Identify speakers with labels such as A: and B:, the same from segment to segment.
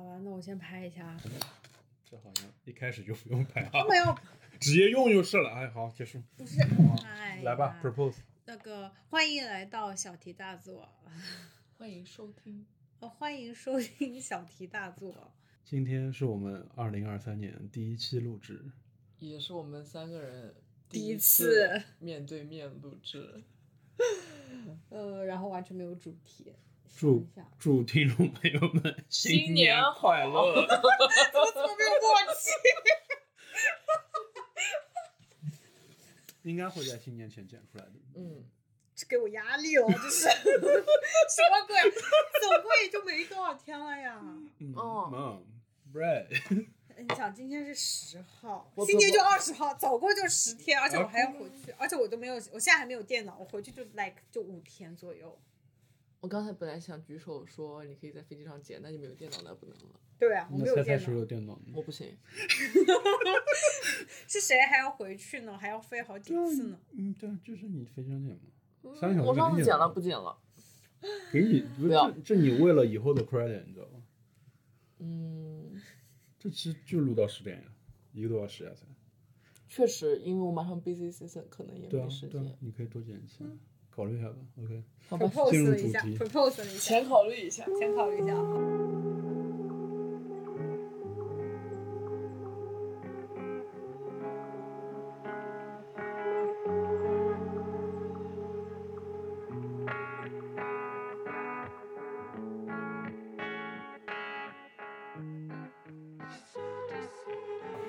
A: 了，那我先拍一下。啊
B: 这好像一开始就不用拍啊，
A: 没有，
B: 直接用就是了。哎，好，结束，
A: 不是，哎呀，
B: 来吧，propose。
A: 那个欢迎来到小题大做，
C: 欢迎收听。
A: 呃，欢迎收听小题大做。
B: 今天是我们二零二三年第一期录制，
C: 也是我们三个人
A: 第一
C: 一
A: 次
C: 面对面录制。
A: 呃，然后完全没有主题。
B: 祝
A: 想一下
B: 祝听众朋友们
C: 新
B: 年
C: 年
B: 快乐！
A: 我怎么没有默契？
B: 应该会在新年前剪出来的。
C: 嗯，
A: 这给我压力哦，这是 什么鬼？总共也就没多少天了呀。哎
B: 嗯
C: 哦
B: ，Mom，Bread，
A: 你想，今天是十号，
C: 我
A: 今年就二十号，总共就十天，而且我还要回
B: 啊
A: 去，而且我都没有，我现在还没有电脑，我回去就 like 就五天左右。
C: 我刚才本来想举手说你可以在飞机上剪，但你没有电脑，那不能了。
A: 对啊，我没
B: 那
A: 有
B: 猜猜
A: 电
B: 谁
A: 脑，
B: 有电脑呢？
C: 我不行，
A: 是谁还要回去呢？还要飞好几次呢？
B: 嗯，对，就是你非常剪嘛，三小时
C: 嗯我上次
B: 没
C: 剪
B: 有
C: 了不剪了。
B: 给你不是
C: 不要
B: 这这你为了以后的 credit，你知道吗？
C: 嗯，
B: 这期就录到十点呀，一个多小时啊呀才。
C: 确实，因为我马上 busy season，可能也
B: 对啊
C: 没时，
B: 对啊
C: 间。，
B: 你可以多剪一期，
C: 嗯
B: 考虑一下吧。OK，
C: 好吧，
B: 嗯进
A: propose
B: 入
A: 了一下
B: 主题
A: ，propose 了一下，
C: 先考虑一下。
A: 先考虑一下啊。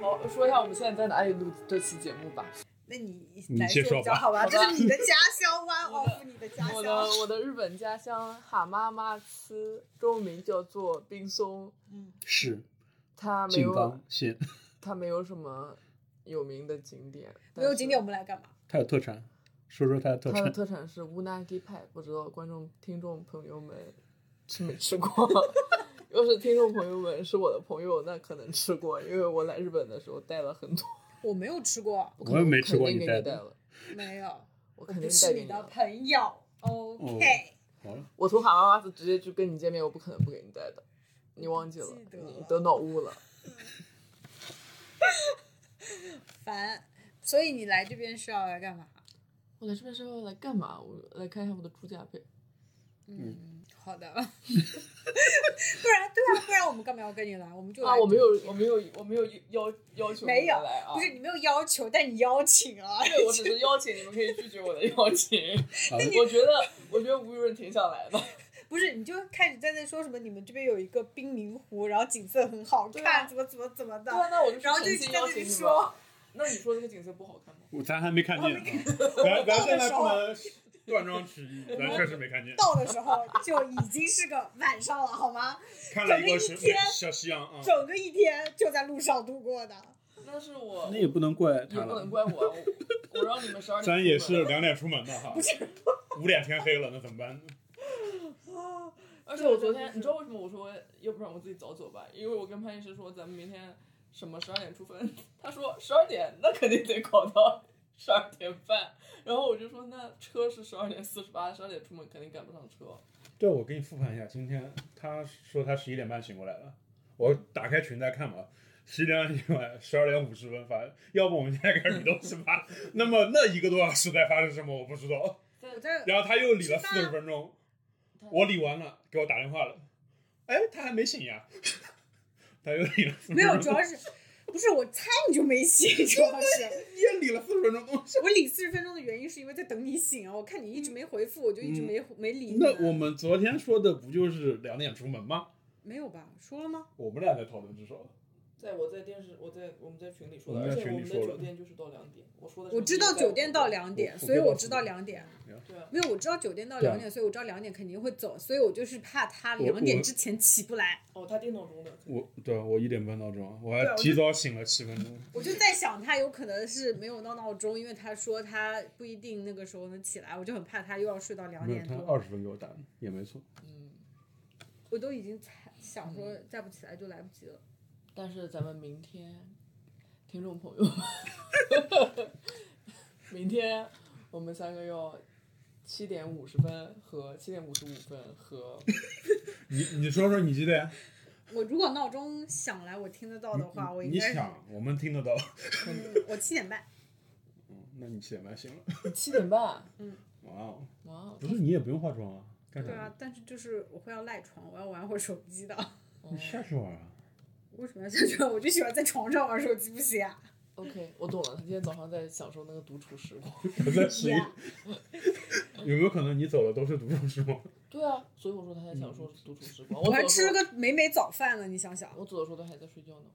C: 好，说一下我们现在在哪里录这期节目吧。
A: 那你
B: 你
A: 来
B: 先
A: 说
B: 说
A: 比较
B: 吧
A: 好吧？
C: 好
A: 这
C: 吧
A: 是你的家乡，one
C: 我
A: of
C: 的
A: 你的家
C: 我的
A: 乡。
C: 我的日本家乡哈妈妈斯，中文名叫做冰松，
A: 嗯，
B: 是
C: 它没
B: 静
C: 有
B: 冈县，
C: 它没有什么有名的景点，
A: 没有
C: 但是
A: 景点我们来干嘛？
B: 它有特产，说说它的特
C: 它的
B: 产。
C: 特产是乌拉鸡派，不知道观众听众朋友们吃没吃过？ 要是听众朋友们是我的朋友，那可能吃过，因为我来日本的时候带了很多，
A: 我没有吃过，
B: 我也没吃过
C: 肯定
B: 你
C: 给
B: 带
C: 你
B: 的
C: 带了，
A: 没有，
C: 我
A: 我
C: 肯
A: 不
C: 定
A: 是
C: 带给
A: 你
C: 你
A: 的
C: 了。
A: 朋友。OK，
B: 哦好了，
C: 我从哈妈妈斯直接就跟你见面，我不可能不给你带的，你忘记了，
A: 记得
C: 你
A: 了
C: 得脑雾了。
A: 烦。所以你来这边是要来干嘛？
C: 我来这边是要来干嘛？我来看一下我的猪价配。
A: 嗯，好的。 不然，对啊，不然我们干嘛要跟你来？我们就来
C: 啊，我没有，我没有，我没有要要求你
A: 没有
C: 们来啊，
A: 不是你没有要求，但你邀请啊了。
C: 对，我只是邀请你们可以拒绝我的邀请。 我觉得，我觉得吴雨润挺想来的。
A: 不是，你就开始在那说什么？你们这边有一个冰明湖，然后景色很好
C: 对
A: 看，
C: 啊
A: 怎么怎么怎么的
C: 对。啊，那我就
A: 然后
C: 诚
A: 就
C: 心
A: 在
C: 邀
A: 那
C: 请
A: 里
C: 你们
A: 说。
C: 那你说这个景色不好看吗？
B: 我咱还没看见呢，咱咱现在不能断章取义，咱确实没看见，
A: 到的时候就已经是个晚上了，好吗？
B: 看了一个是
A: 整个一天
B: 小夕阳啊。
A: 整个一天就在路上度过的。
C: 那是我，
B: 那
C: 也
B: 也不能怪他
C: 不
B: 了，
C: 能怪我啊，我我让你们十二点。
B: 咱也是。两点出门的哈，
A: 不是，
B: 五点天黑了，那怎么办呢？
C: 而且我昨天，你知道为什么我说要不然我自己早走吧？因为我跟潘医师说咱们明天什么十二点出分， 他说十二点那肯定得搞到十二点半，然后我就说那车是十二点四十八，十二点出门肯定赶不上车。
B: 对，我给你复盘一下，今天他说他十一点半醒过来了，我打开群在看嘛，十一点半醒过来，十二点五十分发，要不我们现在开始理东西吧？ 那么那一个多小时在发生什么我不知道。
A: 我 这
B: 然后他又理了四十分钟，我理完了，给我打电话了，哎，他还没醒 呀，他又理了40分钟
A: 没有，主要是不是我猜你就没醒，主要是
B: 你也理了四十分钟。
A: 我理四十分钟的原因是因为在等你醒啊，我看你一直没回复，我就一直没、没理你。
B: 嗯
A: 啊
B: 那我们昨天说的不就是两点出门吗？
A: 没有吧？说了吗？
B: 我们俩在讨论这事儿。
C: 在我在电视，我在我们在群里说
B: 我
C: 的，
B: 们
C: 而
B: 在
C: 且
B: 群
C: 我
B: 里
C: 们的
B: 说
C: 酒
B: 了
C: 店就是到两点。我说的是
A: 我知道酒店到两
B: 我
A: 点，
B: 我
A: 所以
B: 我
A: 我
B: 知
A: 知
B: 道
A: 道两点。
C: 对啊，
A: 没有，我知道酒店到
B: 对啊
A: 两点，所以我知道两点肯定会走，所以我就是怕他
B: 我
A: 两点
B: 我
A: 之前起不来，
C: 哦，他电脑中的，
B: 我对啊我一点半闹钟，我还
A: 对我就
B: 提早醒了七分钟。
A: 我就在想他有可能是没有闹闹钟，因为他说他不一定那个时候能起来，我就很怕他又要睡到两
B: 没有，
A: 点
B: 他
A: 多，
B: 二十分给我打的，也没错。
C: 嗯，
A: 我都已经猜想说再不起来就来不及了。
C: 但是咱们明天，听众朋友们， 明天我们三个要七 点五十分和七点五十五分和
B: 你你说说你几点？
A: 我如果闹钟响来，我听得到的话，我应
B: 你
A: 该是
B: 想，我们听得到。
A: 嗯，我七点 半。
B: 嗯，那你七点半醒了。
C: 七点半，
B: 哇哦，
C: 哇哦，
B: 不是你也不用化妆啊，干啥？
A: 对啊，但是就是我会要赖床，我要玩会儿手机的。
C: 哦
B: 你下去玩啊。
A: 为什么要下去？我就喜欢在床上玩手机，不行啊？
C: OK，我懂了。他今天早上在享受那个独处时光。
B: 我在十一， 有没有可能你走了都是独生子吗？
C: 对啊，所以我说他在享
B: 嗯
C: 受独处时光。
A: 我
C: 我
A: 还
C: 走的
A: 吃
C: 时
A: 了
C: 候，
A: 个美美早饭呢，你想想。
C: 我走的时候他还在睡觉呢。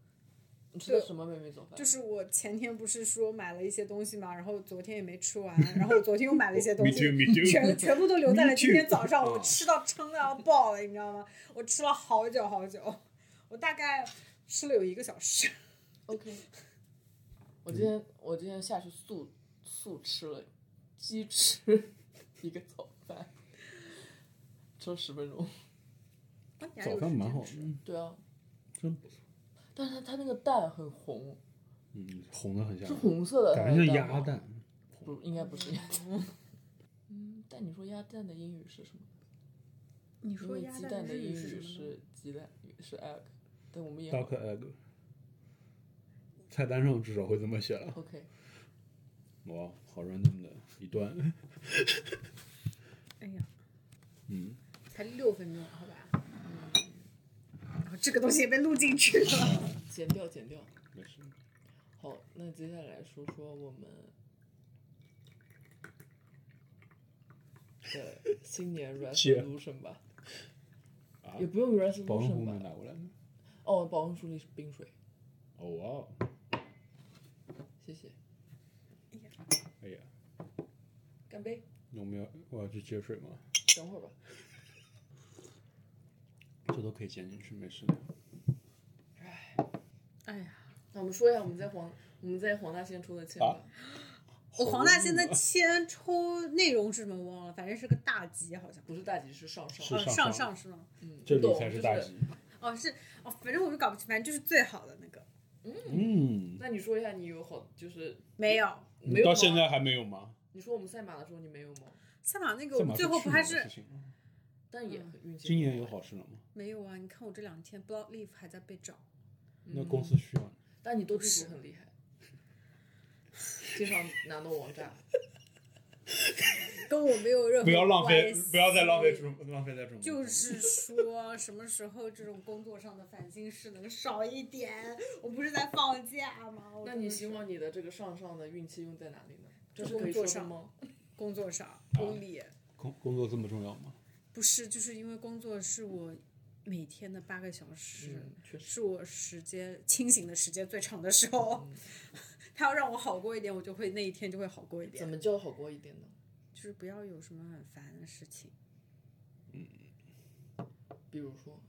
C: 你吃的
A: 对
C: 什么美味早饭？
A: 就是我前天不是说买了一些东西嘛，然后昨天也没吃完，然后我昨天又买了一 些东西，
B: 米酒嗯
A: 全全部都留在了
B: Me
A: 今天
B: too
A: 早上，我
B: 啊
A: 吃到撑的要爆了，你知道吗？我吃了好久好久，我大概吃了有一个小 时。
C: OK，我今
B: 嗯
C: 天我今天下去速速吃了鸡翅一个早饭，吃了十分钟。
A: 啊你还有
B: 早饭蛮好
A: 时
B: 的
A: 间，
B: 嗯
C: 对啊，
B: 真不错。
C: 但是它它那个蛋很红，
B: 嗯，红的很像
C: 是，红色的，
B: 感觉像鸭
C: 吗，
B: 蛋。
C: 不应该不是鸭蛋。 嗯，但你说鸭蛋的英语是什么？
A: 你
C: 因
A: 说
C: 为
A: 鸭
C: 鸡
A: 蛋
C: 蛋的
A: 日
C: 英
A: 语是
C: 语
A: 什么呢？
C: 是鸡蛋是 egg，但我们也
B: Duck egg，菜单上至少会这么写了。
C: OK。
B: 哇，好 random 的一段。
A: 嗯 哎呀，
B: 嗯，
A: 才六分钟，好吧。然后这个东西也被录进去了。
C: 剪掉，剪掉。
B: 没事。
C: 好，那接下来说说我们的新 年
B: 切
C: resolution 吧，
B: 啊
C: 也，不用
B: 保温壶
C: resolution
B: 没
C: 吧。
B: 拿过来呢。
C: 哦，保温壶里是冰水，
B: 哦哇哦，
C: 谢谢。
B: 哎呀，
C: 干杯，
B: 那我们要我要去接水吗？
C: 等会儿吧。
B: 这都可以剪进去，没事的。
A: 哎呀，
C: 那我们说一下我们在黄我们在黄大仙抽的签
B: 啊
C: 吧。
A: 我黄大仙的签抽内容是什么我忘了，反正是个大吉，好像。
C: 不是大吉，是上
B: 是
C: 上。
A: 哦，上
B: 上上
A: 上是吗？
C: 嗯，
B: 这
C: 懂
B: 里才是大。
C: 就是
B: 吉。
A: 哦，是哦，反正我就搞不清，反正就是最好的那个。
B: 嗯，
C: 那你说一下，你有好就是
A: 没有，啊
C: 没有
B: 到
C: 吗
B: 现？在还没有吗？
C: 你说我们赛马的时候你没有吗？
A: 赛马那个
B: 这
A: 我
B: 马
A: 们最后不
B: 去
A: 还
B: 年的
A: 是
B: 事情了
C: 但也很运气。
B: 今年有。好事了吗？
A: 没有啊？你看我这两天 Block Leaf 还在被找，
C: 嗯
B: 那公司需要你。
C: 但你斗地主很厉害，经常拿到王炸。
A: 跟我没有任何
B: 不要浪费
A: 关系，
B: 不要再浪费。中浪费在中国。
A: 就是说，什么时候这种工作上的烦心事能少一点？我不是在放假吗？我
C: 那
A: 真
C: 你
A: 的
C: 希
A: 是
C: 望你的这个上上的运气用在哪里呢？这
A: 就是
C: 可
A: 工
C: 以说
A: 作
C: 的
A: 上
C: 吗？
A: 工作
B: 啊
A: 上工里、
B: 工工作这么重要吗？
A: 不是，就是因为工作是我每天的八个小时，
C: 嗯，确实。
A: 是我时间清醒的时间最长的时
C: 哦
A: 候。
C: 嗯
A: 他要让我好过一点，我就会那一天就会好过一点
C: 怎。么叫好过一点呢？
A: 就是不要有什么很烦的事情。
C: 比如说，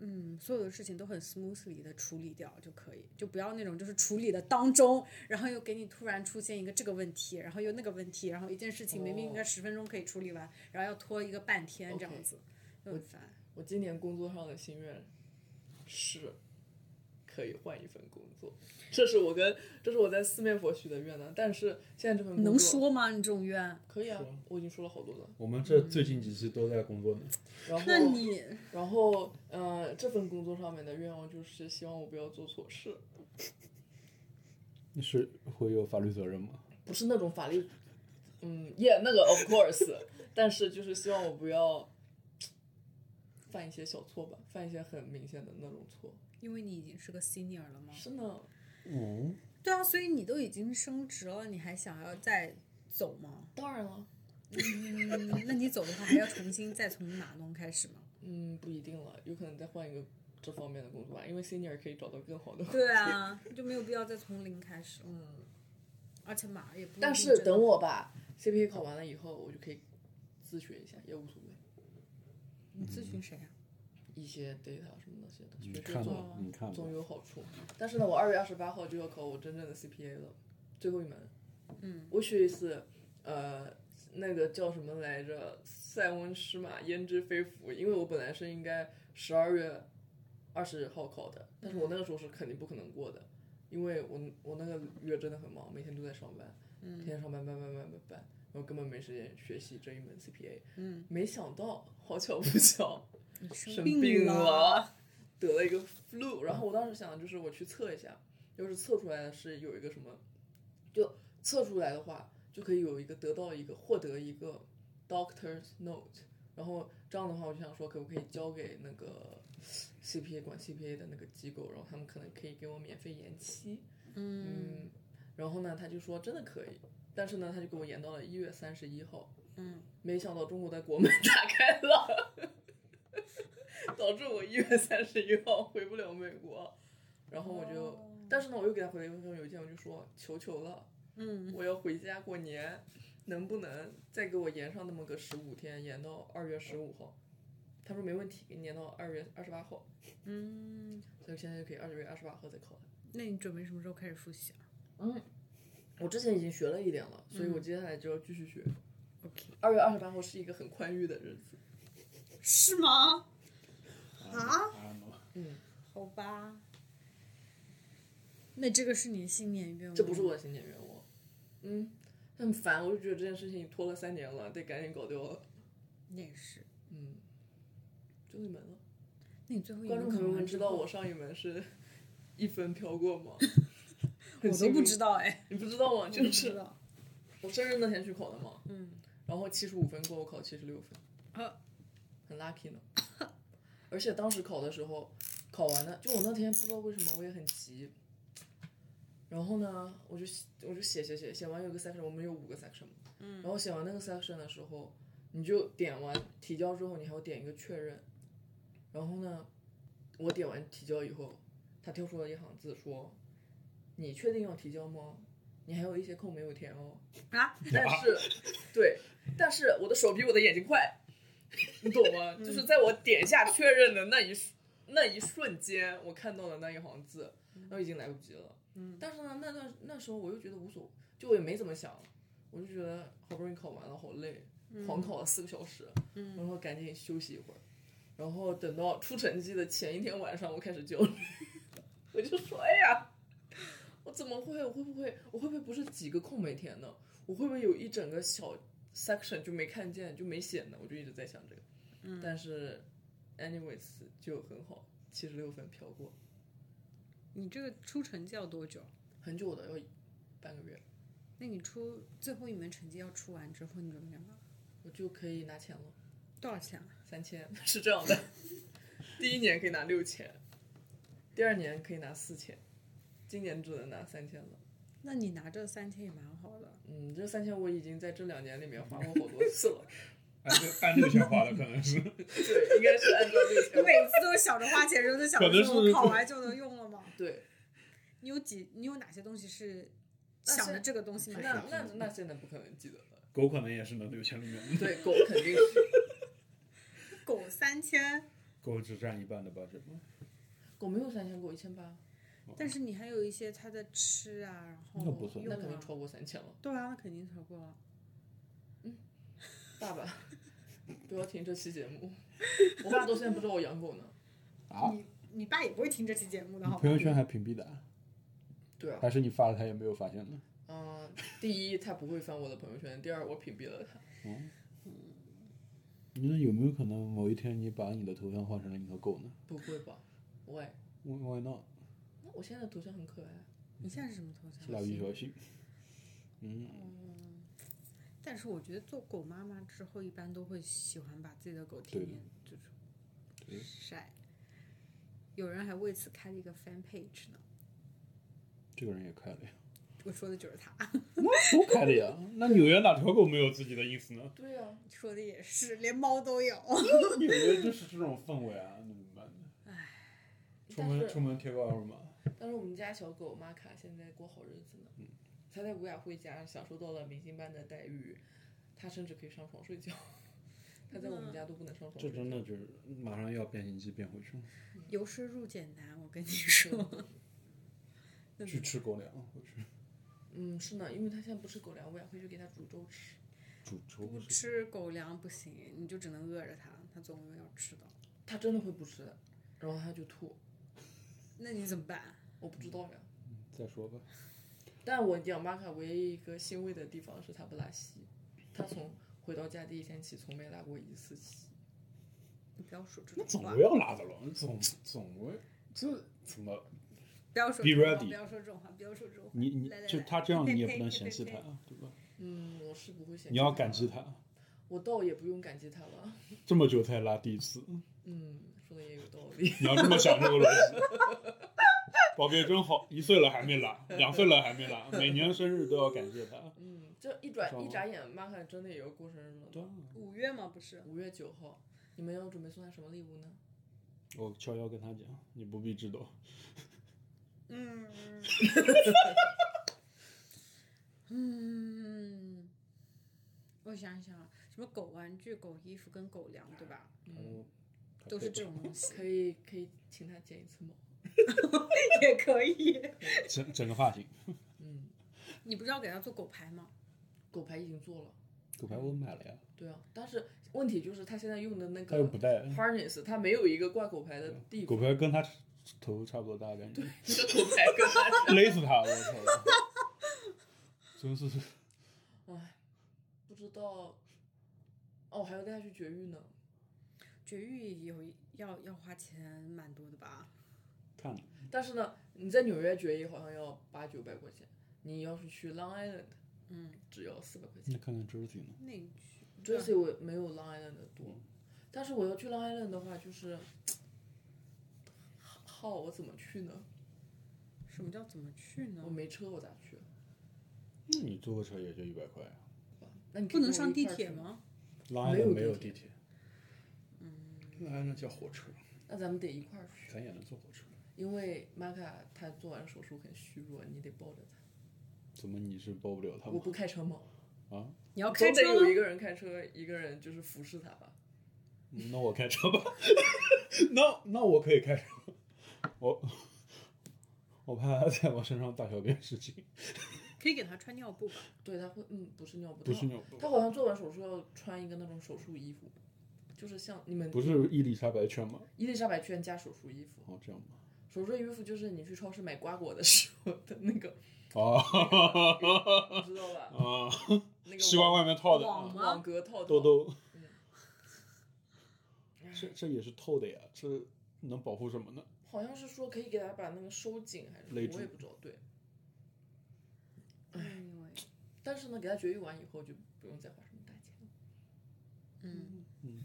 A: 嗯，所有的事情都很 smoothly 的处理掉就可以，就不要那种就是处理的当中，然后又给你突然出现一个这个问题，然后又那个问题，然后一件事情明明应该十分钟可以处理完，然后要拖一个半天这
C: 哦 OK
A: 样子，就很烦。
C: 我今年工作上的心愿是可以换一份工作，这是我跟这是我在四面佛许的愿呢。但是现在这份工作
A: 能说吗？你这种冤？
C: 可以啊
B: 说，
C: 我已经说了好多了。
B: 我们这最近几期都在工作呢。
C: 然后
A: 那你
C: 然后，呃，这份工作上面的愿望就是希望我不要做错事，
B: 那是会有法律责任吗？
C: 不是那种法律，嗯，耶、那个 of course，但 是就是希望我不要嗯犯一些小错吧，犯一些很明显的那种错。
A: 因为你已经是个 senior 了吗？
C: 是呢，
B: 嗯，
A: 对啊，所以你都已经升职了，你还想要再走吗？
C: 当然了，
A: 嗯，那你走的话还要重新再从码农开始吗？
C: 嗯，不一定了，有可能再换一个这方面的工作吧，因为 senior 可以找到更好的。
A: 对啊，就没有必要再从零开始了。
C: 嗯，
A: 而且码也不一定
C: 但是
A: 真的
C: 等我把 CPA 考完了以后，我就可以自学一下，也无所谓，
A: 你咨询谁啊？
C: 一些 data 什么那些的，
B: 你
C: 学学
B: 看
C: 做
B: 吧，你看吧
C: 总，有好处。但是呢，我二月二十八号就要考我真正的 CPA 了，最后一门。
A: 嗯，
C: 我学一次，呃，那个叫什么来着？塞翁失马，焉知非福。因为我本来是应该十二月二十号考的，
A: 嗯
C: 但是我那个时候是肯定不可能过的，因为我我那个月真的很忙，每天都在上班，
A: 嗯
C: 天天上班，班班班班班，然后根本没时间学习这一门 CPA。
A: 嗯，
C: 没想到，好巧不巧，
A: 你生
C: 生病
A: 了，
C: 了得了一个 flu，然后我当时想的就是我去测一下，要是测出来的是有一个什么，就测出来的话，就可以有一个得到一个获得一个 doctor's note，然后这样的话，我就想说可不可以交给那个 CPA 管 CPA 的那个机构，然后他们可能可以给我免费延期，
A: 嗯
C: 嗯，然后呢，他就说真的可以，但是呢，他就给我延到了一月三十一号，
A: 嗯，
C: 没想到中国的国门 打开了，导致我一月三十一号回不了美国。然后我就，但是呢，我又给他回了一封邮件，我就说求求了，
A: 嗯
C: 我要回家过年，能不能再给我延上那么个十五天，延到二月十五号？他说没问题，给你延到二月二十八号，
A: 嗯，
C: 所以现在就可以二月二十八号再考了。
A: 那你准备什么时候开始复习啊
C: 我之前已经学了一点了，所以我接下来就要继续学。
A: ？OK，
C: 嗯二月二十八号是一个很宽裕的日子。
A: 是吗？啊
B: 啊，
A: 好吧。那这个是你新年愿望？
C: 这不是我的新年愿望。嗯，很烦，我就觉得这件事情拖了三年了，得赶紧搞掉了。
A: 那也是。
C: 嗯，就你们了。
A: 那你最后一
C: 观
A: 门
C: 众
A: 考
C: 朋友们
A: 完之
C: 知道
A: 后
C: 我上一门是一分飘过 吗？
A: 我都不知
C: 道，
A: 道哎，
C: 你不知道吗？就
A: 不知
C: 是
A: 道。
C: 我生日那天去考的嘛，
A: 嗯，
C: 然后七十五分过，我考七十六分，
A: 啊
C: 很 lucky 呢。而且当时考的时候，考完了，就我那天不知道为什么我也很急，然后呢，我就我就写写写写完有个 section，我们有五个 section 嘛，然后写完那个 section 的时候，你就点完提交之后，你还要点一个确认，然后呢，我点完提交以后，他跳出了一行字说：“你确定要提交吗？你还有一些空没有填哦。”
A: 啊，
C: 但是，对，但是我的手比我的眼睛快，你懂吗？就是在我点下确认的那一瞬那一瞬间，我看到了那一行字，然后已经来不及了。
A: 嗯
C: 但是呢，那段那时候我又觉得无所，就我也没怎么想，我就觉得好不容易考完了，好累，狂考了四个小时，
A: 嗯
C: 然后赶紧休息一会儿，然后等到出成绩的前一天晚上，我开始焦虑， 我就说，哎呀。我怎么会？我会不会？我会不会不是几个空没填呢？我会不会有一整个小 section 就没看见就没写呢？我就一直在想这个，但是 anyways 就很好，七十六分飘过，
A: 你这个出成绩要多久？
C: 很久的要半个月，
A: 那你出最后一门成绩要出完之后，你准备干嘛？
C: 我就可以拿钱了，
A: 多少钱啊？
C: 三千 是这样的，第一年可以拿六千，第二年可以拿四千，今年只能拿三千了。
A: 那你拿这三千也蛮好 的。
C: 嗯，这三千我已经在这两年里面花过好多次了，
B: 按这按六千花的可能是，
C: 对，应该是按照六
A: 你
C: 千
A: 每
C: 花。
A: 次都想着花钱，然后都想着
B: 可能
A: 说我
B: 是
A: 考完就能用了吗？
C: 对，
A: 你有几？你有哪些东西是
C: 那
A: 想
C: 是
A: 着这个东西买
C: 那
A: 的？
C: 那那现在不可能记 得了。
B: 狗可能也是能六千里面，
C: 对，狗肯定是。
A: 狗三千，
B: 狗只占一半的 budget。
C: 狗没有三千，狗一千八，
A: 但是你还有一些它的吃啊，然后
B: 哦那不错
A: 用
C: 那肯定
A: 啊。
C: 超过三千了。
A: 对啊，那肯定超过了。
C: 爸爸， 不要听这期节 目，我爸到现在不知道我养狗呢。
B: 啊
A: 你你爸也不会听这期节目的，
B: 你
A: 好吧？
B: 朋友圈还屏蔽的啊，
C: 对 啊，
B: 还是你发了他也没有发现呢？
C: 嗯、第一他不会翻我的朋友圈，第二我屏蔽了他。
B: 嗯那有没有可能某一天你把你的头像换成了你的狗呢
C: 不会吧？喂，
B: ？Why not？
C: 那我现在的头像很可爱。
A: 你现在是什么头像？
B: 蜡笔小新。嗯，
A: 但是我觉得做狗妈妈之后，一般都会喜欢把自己的狗
B: 对
A: 天
B: 的
A: 天就
B: 对
A: 是晒。有人还为此开了一个 fan page 呢，
B: 这个人也开了呀，
A: 我说的就是他，
B: 都开了呀。那纽约哪条狗没有自己的 ins 呢？
C: 对呀、啊，
A: 说的也是，连猫都 有。
B: 纽约就是这种氛围啊，那怎么办呢？出
C: 但
B: 门
C: 是
B: 出门贴个二维码，
C: 但是我们家小狗玛卡现在过好日子
B: 嗯
C: 呢。它在吴雅慧家享受到了明星般的待遇，它甚至可以上床睡觉。 它在我们家都不能上
B: 这
C: 床睡觉。
B: 真的就是马上要变形记变回去了，
A: 由奢入俭难，我跟你说，
B: 去吃狗粮回 去。
C: 嗯，是呢，因为它现在不吃狗粮，吴雅慧就给它煮粥吃。
B: 煮粥
A: 不
B: 是
A: 吃狗粮不行，你就只能饿着它，它总有要吃的。
C: 它真的会不吃的，然后它就吐。
A: 那你怎么办？
C: 我不知道呀。
B: 嗯再说吧，
C: 但我养玛卡唯一一个欣慰的地方是它 不拉稀，它从回到家第一天起从没拉过一次稀。
A: 你不要说这
B: 那
A: 种
B: 总
A: 话
B: 归，要拉的了，总总归这怎么？
A: 不要说
B: be
A: 这种话
B: ready
A: 不要说这种话，不要说这种话。
B: 你你
A: 来来
B: 就
A: 来
B: 他这样，
A: 呸
B: 你也
A: 呸
B: 不能
A: 呸
B: 嫌弃
A: 呸
B: 他啊，对吧？
C: 嗯，我是不会嫌弃。
B: 你要感激，他，
C: 我倒也不用感激他了。
B: 这么久才拉第一次，
C: 嗯，说的也有道 理。
B: 你要这么想这个逻辑。 宝贝真好，一岁了还没拉，两岁了还没拉，每年生日都要感谢他。
C: 嗯，这一转
B: 爽
C: 一眨眼，马凯真的也要过生日了。
B: 对啊，
A: 五月嘛，不是？
C: 五月九号，你们要准备送他什么礼物呢？
B: 我悄悄跟他讲，你不必知道。
A: 嗯。 嗯，我想想啊，什么狗玩具、狗衣服跟狗粮，对吧？
C: 嗯，
B: 他
A: 都
B: 配
A: 是
B: 不
A: 这种东西，
C: 可以可以请他剪一次毛。
A: 也可以。
B: 整整个发型，
C: 嗯，
A: 你不是要给它做狗牌吗？
C: 狗牌已经做了。
B: 狗牌我买了呀，
C: 对啊，但是问题就是他现在用的那
B: 他又
C: 个
B: 不戴，
C: harness，他没有一个挂狗牌的地
B: 狗
C: 方，
B: 牌跟他头差不多大，感觉
C: 这个狗牌跟他
B: 勒死他，我操！真是
C: 唉，哎不知道。哦，还要带他去绝育呢。
A: 绝育有要要花钱蛮多的吧？
B: 看了，
C: 但是呢，你在纽约绝育好像要八九百块钱，你要是去 Long Island
A: 嗯，
C: 只要四百块钱。
B: 那看看 Jersey 呢？
A: 那你去
C: Jersey 我没有 Long Island 的多，但是我要去 Long Island 的话，就是，号我怎么去呢？
A: 什么叫怎么去呢
C: 我？没车，我咋去？
B: 那你坐个车也就一百块啊，
C: 那你可
A: 不
C: 以
A: 能
C: 跟我
A: 上
C: 一
A: 地
C: 块儿
A: 铁
C: 去？
A: 吗？
B: 拉
C: 没有
B: 没有
C: 地
B: 地铁，嗯，拉那叫火车，
C: 那咱们得一块儿去，
B: 咱也能坐火车。
C: 因为玛卡她做完手术很虚弱，你得抱着她。
B: 怎么你是包不了他
C: 我
B: 吗？
C: 不开车吗？
B: 啊，
A: 你要哦开
C: 总得
A: 车
C: 有
A: 吗
C: 一？个人开车，一个人就是服侍她吧。
B: 那我开车吧，那那我可以开车，我我怕他在我身上大小便失禁，
A: 可以给它穿尿布吧？
C: 对，她会，嗯，不是尿布，
B: 不是
C: 她
B: 尿布，
C: 她好像做完手术要穿一个那种手术衣服，就是像你们
B: 不是伊丽莎白圈吗？
C: 伊丽莎白圈加手术衣服。
B: 哦，这样吗？
C: 手术衣服就是你去超市买瓜果的时候的那个，
B: 啊
C: 你知道吧？
B: 啊，
C: 那个
B: 西瓜外面套的
A: 网
B: 啊
A: 吗
C: 网格套
B: 兜
C: 套。
B: 兜
C: 嗯，哎
B: 这这也是透的呀，这能保护什么呢？
C: 好像是说可以给它把那个收紧还是
B: 勒
C: 我也
B: 住
C: 不知道。对，
A: 哎呦喂，
C: 但是呢，给它绝育完以后就不用再花什么大钱了。
A: 嗯
B: 嗯，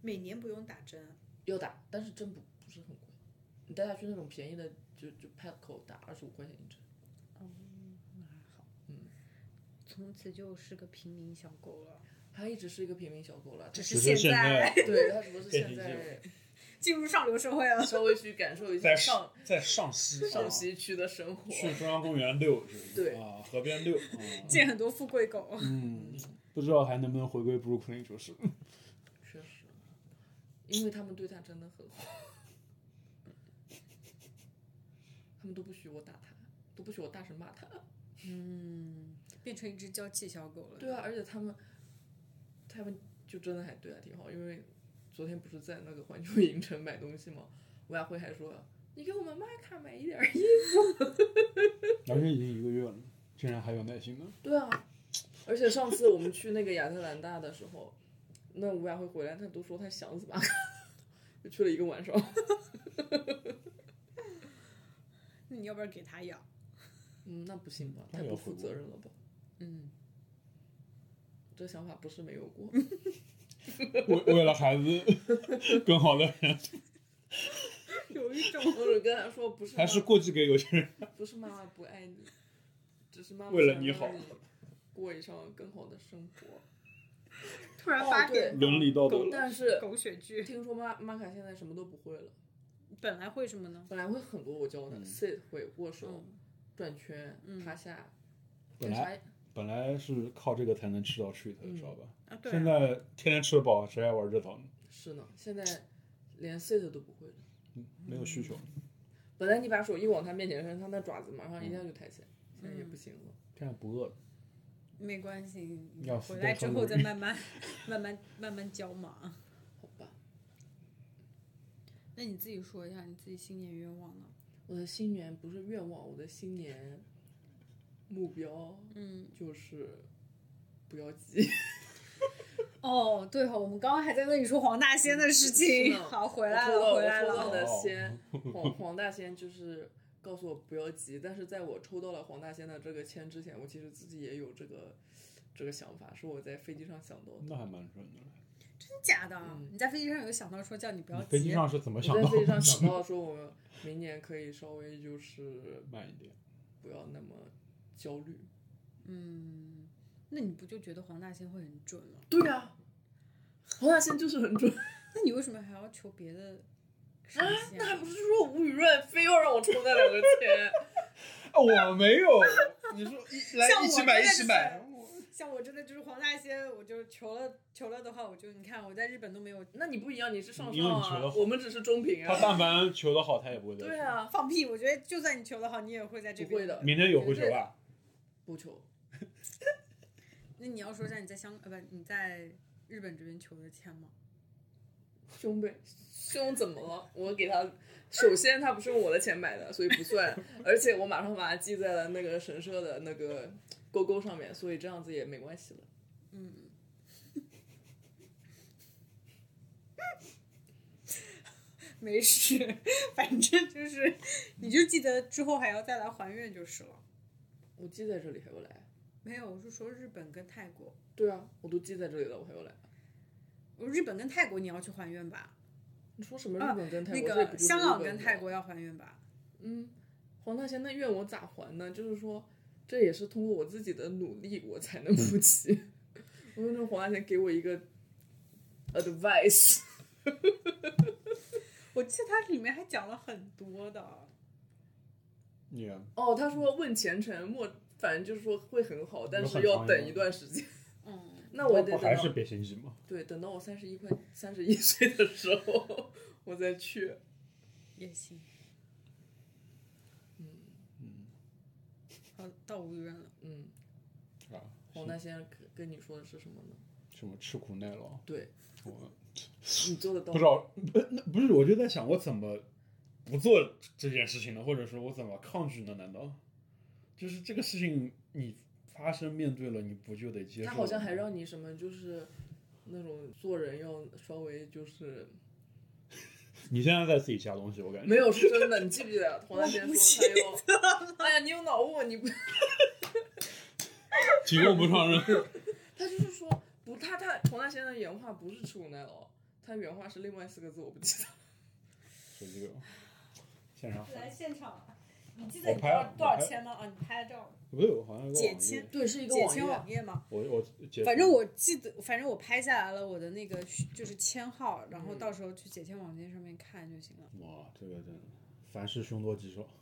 A: 每年不用打针，
C: 要打，但是针不不是很贵，你带它去那种便宜的就就 Petco 打二十五块钱一针。
A: 那还好。
C: 嗯，
A: 从此就是个平民小狗了。
C: 它一直是一个平民小狗了，它
A: 只
B: 只
A: 是
B: 是
A: 现
B: 现在
C: 对它只不过是
B: 变
C: 现
B: 形
C: 在
A: 进入上流社会了。
C: 稍微去感受一下
B: 在
C: 上
B: 上在上啊西
C: 上西区的生活。
B: 去中央公园遛是不是，
C: 对
B: 啊，河边遛，啊
A: 见很多富贵狗，
B: 嗯，不知道还能不能回归布鲁克林就是，
C: 确实，因为他们对他真的很好，他们都不许我打他，都不许我大声骂他。
A: 嗯，变成一只娇气小狗了。
C: 对啊，而且他们，他们就真的还对他挺好，因为昨天不是在那个环球影城买东西嘛，吴亚辉还说。你给我们玛卡买一点儿衣。
B: 而且已经一个月了，竟然还有耐心呢。
C: 对啊，而且上次我们去那个亚特兰大的时候，那吴亚辉回来，他都说他想死玛卡， 就去了一个晚上。
A: 那你要不然给它养？
C: 嗯，那不行吧？
B: 那
C: 太
B: 也
C: 不
B: 要
C: 负
B: 回
C: 责
B: 国
C: 任了吧？
A: 嗯，
C: 这想法不是没有过。
B: 为为了孩子更好的人，
A: 有一种
C: 或者跟他说不是妈，
B: 还是过继给有些人。
C: 不是妈妈不爱你，只是妈妈
B: 为了
C: 想
B: 你
C: 让
B: 好
C: 过上更好的生活。
A: 突然八
C: 哦对
A: 点
B: 伦理道德
A: 狗
C: 但是
A: 狗血剧，
C: 听说妈玛卡现在什么都不会了，
A: 本来会什么呢？
C: 本来会很多我教的、
B: 嗯
C: sit 会握手、
A: 嗯
C: 转圈、
A: 嗯
C: 趴下，
B: 本
C: 干啥
B: 来本来是靠这个才能吃到 treat 的，
C: 嗯
B: 知道吧？
A: 啊，对啊，
B: 现在天天吃得饱，谁还玩这套呢？
C: 是呢，现在连 sit 都不会了。
B: 没有需求。
C: 本来你把手一往他面前伸，他那爪子马上一
B: 嗯
C: 下就抬起来，现在也不行了。
B: 现在不饿了，
A: 没关系，
B: 要
A: 回来之后再慢 慢慢慢慢慢教嘛。
C: 好吧，
A: 那你自己说一下你自己新年愿望呢？
C: 我的新年不是愿望，我的新年目标
A: 嗯，
C: 就是不要急。
A: 哦，对哦，我们刚刚还在那里说黄大仙的事情
C: 是，的
A: 好，回来了，
C: 我
A: 回来
C: 抽到
A: 了。
C: 的
B: 哦
C: 仙，黄黄大仙就是告诉我不要急，但是在我抽到了黄大仙的这个签之前，我其实自己也有这个这个想法，是我在飞机上想到的。
B: 那还蛮准的。
A: 真假的？你在飞机上有想到说叫你不要
B: 飞机
A: 急
B: 上是怎么 想
C: 我
B: 到
C: 在飞机上
B: 的？
C: 想到说，我们明年可以稍微就是
B: 慢一 点，
C: 不要那么焦虑。
A: 嗯，那你不就觉得黄大仙会很准吗？
C: 对呀、啊，黄大仙就是很准。
A: 那你为什么还要求别的啊神 仙
C: 那还不是说吴雨润非要让我抽那两个签？
B: 啊，我没有。你说一来
A: 像我
B: 一起买，
A: 这
B: 一
A: 个
B: 起买
A: 是。像我真的就是黄大仙，我就求了求了的话，我就你看我在日本都没有
C: 那你不一样，你是上
B: 因为
C: 上
B: 你觉得
C: 啊，我们只是中评
B: 他
C: 啊。
B: 但凡求的好，他也不会再
C: 对
B: 求。
C: 啊，
A: 放屁，我觉得就算你求的好，你也会在这
C: 不
A: 边
C: 会的，
B: 明天有会求啊？
C: 不求。
A: 那你要说一下你在香呃不你在日本这边求的签吗？
C: 凶呗，凶怎么了？我给他，首先他不是用我的钱买的，所以不 算，而且我马上把它记在了那个神社的那个勾勾上面，所以这样子也没关系了。
A: 嗯， 没事， 反正就是 你就记得之后还要再来还愿就是了。
C: 我记在这里还要来？
A: 没有，我是说日本跟泰国，
C: 对啊，我都记在这里了，我还要来？
A: 我日本跟泰国你要去还愿吧？
C: 你说什么日
A: 啊
C: 本跟泰
A: 那
C: 国？这
A: 个
C: 不就是
A: 香港
C: 日
A: 跟
C: 本吗
A: 泰国要还愿吧？
C: 嗯，黄大仙那愿我咋还呢？就是说，这也是通过我自己的努力，我才能补齐。我问这黄大仙给我一个 advice，
A: 我记得它里面还讲了很多的。
B: 你啊
C: 哦，他说问前程，莫反正就是说会很好，但
B: 有
C: 是
B: 很
C: 要
B: 长一
C: 等
B: 段
C: 一段时间。
A: 嗯，
C: 那我
B: 那
C: 得
B: 不
C: 等
B: 还是
C: 到
B: 别心急吗？
C: 对等到我三十一块三十一岁的时候，我再去。
A: 也行。
B: 嗯，
A: 好，到无语人了。
C: 嗯，
B: 啊，
C: 黄大仙跟跟你说的是什么呢？
B: 什么吃苦耐劳？
C: 对
B: 我
C: 你做得到
B: 不知
C: 吗？
B: 道，不那不是，我就在想，我怎么不做这件事情呢？或者说，我怎么抗拒呢？难道就是这个事情你发生面对了，你不就得接受？
C: 他好像还让你什么就是那种做人要稍 微就是
B: 你现在在自己加东西，我感觉
C: 没有是真的，你记不记得黄大仙
A: 我不
C: 说他要？哎呀，你有脑雾，你不
B: 提供不上任。
C: 他就是说不，他他黄大仙的原话不是吃苦耐劳，他原话是另外四个字，我不记得。
B: 手机给我，线上
A: 来现场，你记
B: 我拍了我拍了
A: 吗？啊，你拍了照了，
B: 不对，我好像有个
A: 解
B: 网页
A: 签，
C: 对，是一
A: 解签网页吗？
B: 我我解
A: 反正我记得，反正我拍下来了我的那个就是签号，然后
C: 嗯
A: 到时候去解签网页上面看就行了。
B: 哇，这个真的凡事凶多吉少。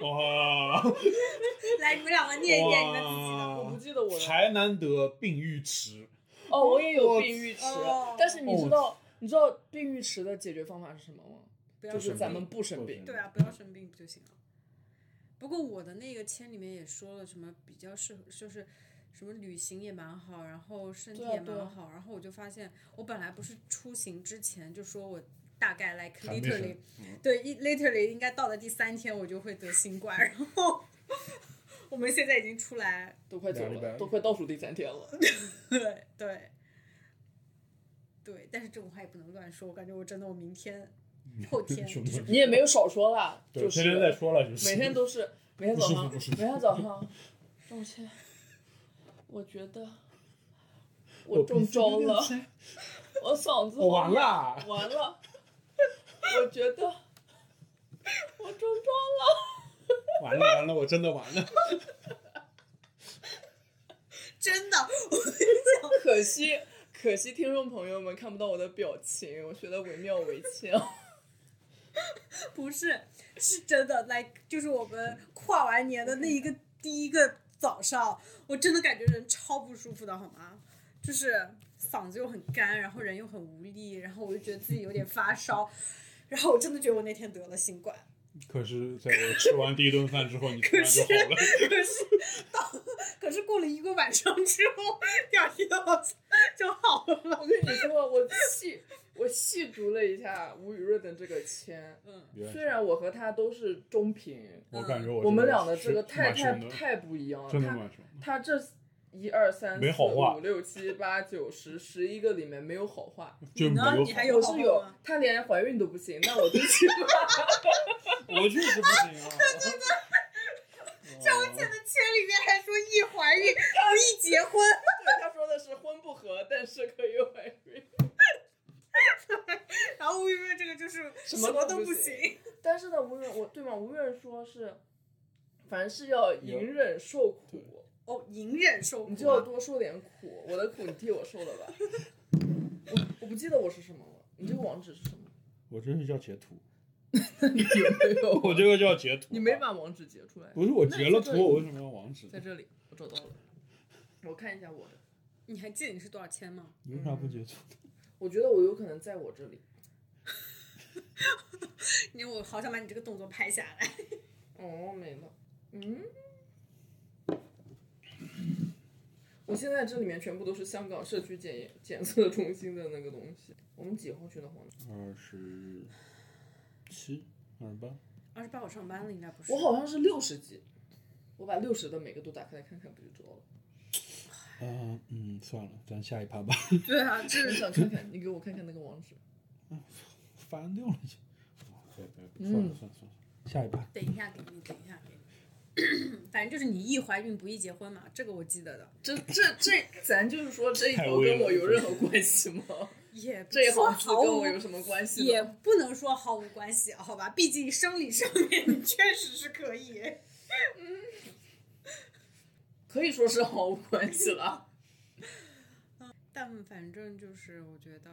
B: 哇，
A: 来，你们两个念一念你们自己的。
C: 我
B: 啊
C: 不记得我的
B: 才难得病浴池，
C: 哦，我也有病浴池
A: 哦，
C: 但是你知道你知道病浴池的解决方法是什么吗？
A: 不要
C: 就
A: 生
C: 是
A: 病
C: 咱们不生病。
A: 对啊，不要生病不就行了？不过我的那个签里面也说了什么比较适合，就是什么旅行也蛮好，然后身体
C: 对啊
A: 也
C: 对啊
A: 蛮好，然后我就发现我本来不是出行之前就说我大概 like
B: 还没
A: literally
B: 生嗯
A: 对一 literally 应该到了第三天我就会得新冠，然后 我们现在已经出来，
C: 都快走
B: 两个礼
C: 了，
B: 拜
C: 都快倒数第三天了。
A: 对对对，但是这种话也不能乱说，我感觉我真的我明天后 天
B: 嗯凶多吉少
C: 你也没有少说啦，
B: 对，
C: 就是
B: 天天在说了，就是
C: 每天都是每天早
B: 不
C: 上
B: 舒服不舒
C: 每天早上，中签，我觉得我中招了，我嗓子
B: 我哦完
C: 好
B: 了
C: 痒，。 完了，我觉得我中招了。
B: 完了完了，我真的完了。
A: 真的
C: 可惜，可惜听众朋友们看不到我的表情，我学的惟妙惟肖。
A: 不是，是真的来就是我们跨完年的那一个第一个早上，我真的感觉人超不舒服的，好吗？就是嗓子又很干，然后人又很无力，然后我就觉得自己有点发烧，然后我真的觉得我那天得了新冠，
B: 可是，在我吃完第一顿饭之后，你突然就好了。
A: 可是到可是过了一个晚上之后， 第二天我就好了。
C: 我跟你说，我细我细读了一下吴雨润的这个签，
A: 嗯，
B: 原来
C: 虽然我和他都是中频，
B: 我感觉我
C: 嗯我们
B: 这
C: 俩的
B: 是
C: 这个太
B: 蛮
C: 太
B: 凶的
C: 太不一样了。
B: 真的
C: 他
B: 蛮凶的。
C: 他这一二三
B: 没
C: 四
B: 好话
C: 五六七八九十十一个里面没有好话，
B: 就
D: 你
B: 没
D: 呢？
B: 有
D: 你还
B: 好
D: 有
C: 我
D: 好
C: 是
D: 话
C: 有
D: 吗，
C: 她连怀孕都不行，那我最起码
B: 我确实不行啊！哦
D: 张姐的圈里面还说一怀 孕一结婚，
C: 对她说的是婚不和，但是可以怀孕。
D: 然后我以为这个就是
C: 什么
D: 么
C: 都
D: 都
C: 不行
D: 行。
C: 但是呢，无论我对吗？无论说是，凡事要隐忍受苦，
D: 哦，隐忍受苦啊，
C: 你就要多受点苦。我的苦你替我受了吧。我我不记得我是什么了，你这个网址是什么？
B: 我这是叫截图，
C: 你有没有？
B: 我这个叫截图。
C: 你没把网址截出来？
B: 不是我截了图，我为什么要网址？
C: 在这里，我找到了。我看一下我的，
A: 你还记得你是多少钱吗？
B: 你为啥不截图？
C: 我觉得我有可能在我这里。
A: 你我好想把你这个动作拍下来。
C: 哦，没了。嗯。我现在这里面全部都是香港社区检验检测中心的那个东西。我们几号去的黄牛？
B: 二十七、二十八，
A: 二十八我上班了，应该不是。
C: 我好像是六十级，我把六十的每个都打开来看看，不就知道了？
B: 嗯嗯，算了，咱下一趴吧。
A: 对啊，
C: 就是想看看，你给我看看那个网址。
B: 翻掉了已经。对对，
C: 嗯
B: 算了算了算了，下一趴。
A: 等一下给你，等一下给你。 反正就是你易怀孕不易结婚嘛，这个我记得的。
C: 这这这，咱就是说这一
B: 太
C: 条
B: 微
C: 跟
B: 了
C: 我有任何关系吗？
A: 也不
C: 这一
A: 说
C: 行字
A: 毫
C: 跟
A: 无
C: 我，有什么关系
A: 也
C: 呢？
A: 不能说毫无关系，啊好吧？毕竟生理上面 你确实是可以。
C: 可以说是毫无关系了，
A: 但反正就是我觉得，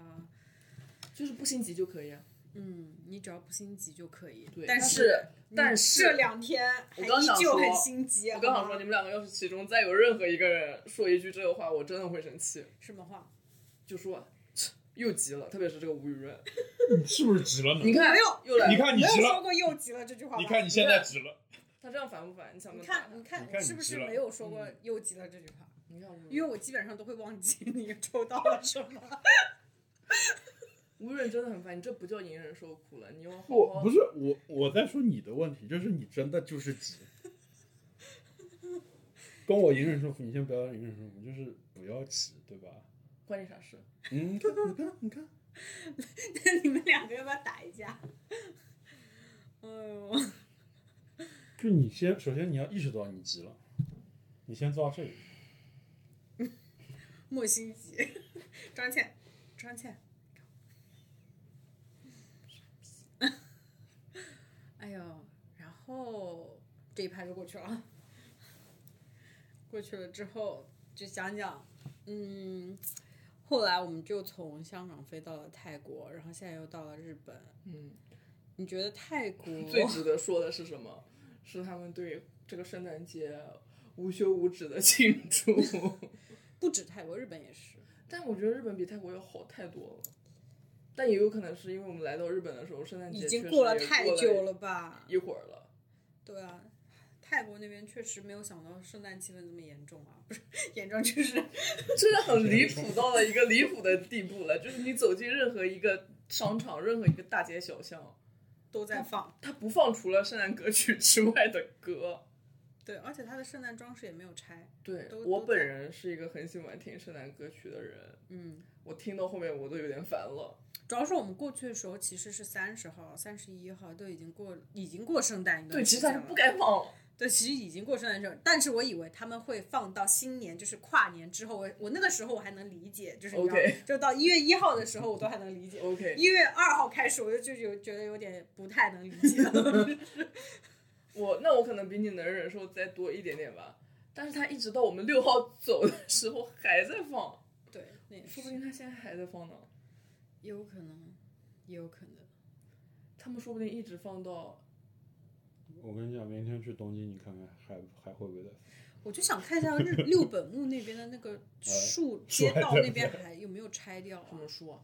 C: 就是不心急就可以啊。
A: 嗯，你只要不心急就可以。
C: 对，
A: 但
C: 是但
A: 这两天还
C: 我刚
A: 依
C: 想
A: 旧
C: 说
A: 很心急。
C: 我刚
A: 好
C: 想说，
A: 吗
C: 你们两个要是其中再有任何一个人说一句这个话，我真的会生气，
A: 什么话？
C: 就说切又急了，特别是这个吴 雨润，
B: 你是不是急了呢？
C: 你看
A: 没有
C: 又来
B: 你
C: 了，
B: 看你
A: 没有
B: 急
A: 说
B: 了，
A: 过又急了这句话吧？
B: 你看你现在急了，
C: 他这样烦不烦？你想不
A: 你
C: 想打
A: 看，
C: 他？
A: 你
B: 你看
A: 看，
B: 你
A: 是不
B: 急
A: 是
B: 了
A: 没有说过
C: 嗯
A: “又急了”这句话？
C: 你看吴雨
A: 因
C: 润，
A: 为我基本上都会忘记 你抽到了什 么。
C: 吴雨润真的很烦，你这不叫隐忍受苦了，你要好
B: 我
C: 好
B: 不是我我在说你的问题，就是你真的就是 急。跟我隐忍受苦，你先不要隐忍受苦，就是不要急，对吧？
C: 关你啥事？
B: 嗯，你看，你看，你看，
A: 你们两个要不要打一架？ 哎呦，
B: 就你先，首先你要意识到你急了，你先做到这里。
A: 莫心急，张倩，张倩。 哎呦，然后这一趴就过去了，过去了之后就讲讲，嗯，后来我们就从香港飞到了泰国，然后现在又到了日本。
C: 嗯，
A: 你觉得泰国
C: 最值得说的是什么？是他们对这个圣诞节无休无止的 庆祝。
A: 不止泰国，日本也是。
C: 但我觉得日本比泰国要好太多了，但也有可能是因为我们来到日本的时候，圣诞节
A: 已经
C: 确实
A: 过了
C: 也
A: 太
C: 过
A: 久
C: 了，
A: 了吧？
C: 一会儿了。
A: 对啊，泰国那边确实没有想到圣诞气氛这么严重啊，不是严重就是
C: 真的很离谱到了一个离谱的地步了，就是你走进任何一个商场、任何一个大街小巷，
A: 都在放。
C: 它不放除了圣诞歌曲之外的歌。
A: 对，而且它的圣诞装饰也没有拆。
C: 对
A: 都
C: 我
A: 都
C: 本
A: 在
C: 人是一个很喜欢听圣诞歌曲的人，
A: 嗯，
C: 我听到后面我都有点烦了。
A: 主要是我们过去的时候其实是三十号、三十一号都已经过已经过圣诞一
C: 对，
A: 段
C: 其
A: 时
C: 实它
A: 间
C: 是
A: 了。
C: 不该放。
A: 对，其实已经过圣诞节了，但是我以为他们会放到新年，就是跨年之后。我我那个时候我还能理解，就是你知道
C: OK
A: 就到一月一号的时候我都还能理解。
C: OK，
A: 一月二号开始，我就就有觉得有点不太能理解 了。
C: 我那我可能比你能忍受再多一点点吧，但是他一直到我们六号走的时候还在放，
A: 对，那也是
C: 说不定他现在还在放呢。
A: 有可能，也有可能。
C: 他们说不定一直放到
B: 我跟你讲，明天去东京，你看看还还会不会再
A: 我就想看一 下日六本木那边的那个树街
B: 说
A: 道
B: 得
A: 那边哎还有没有拆掉
C: 什
A: 啊？
C: 么书啊？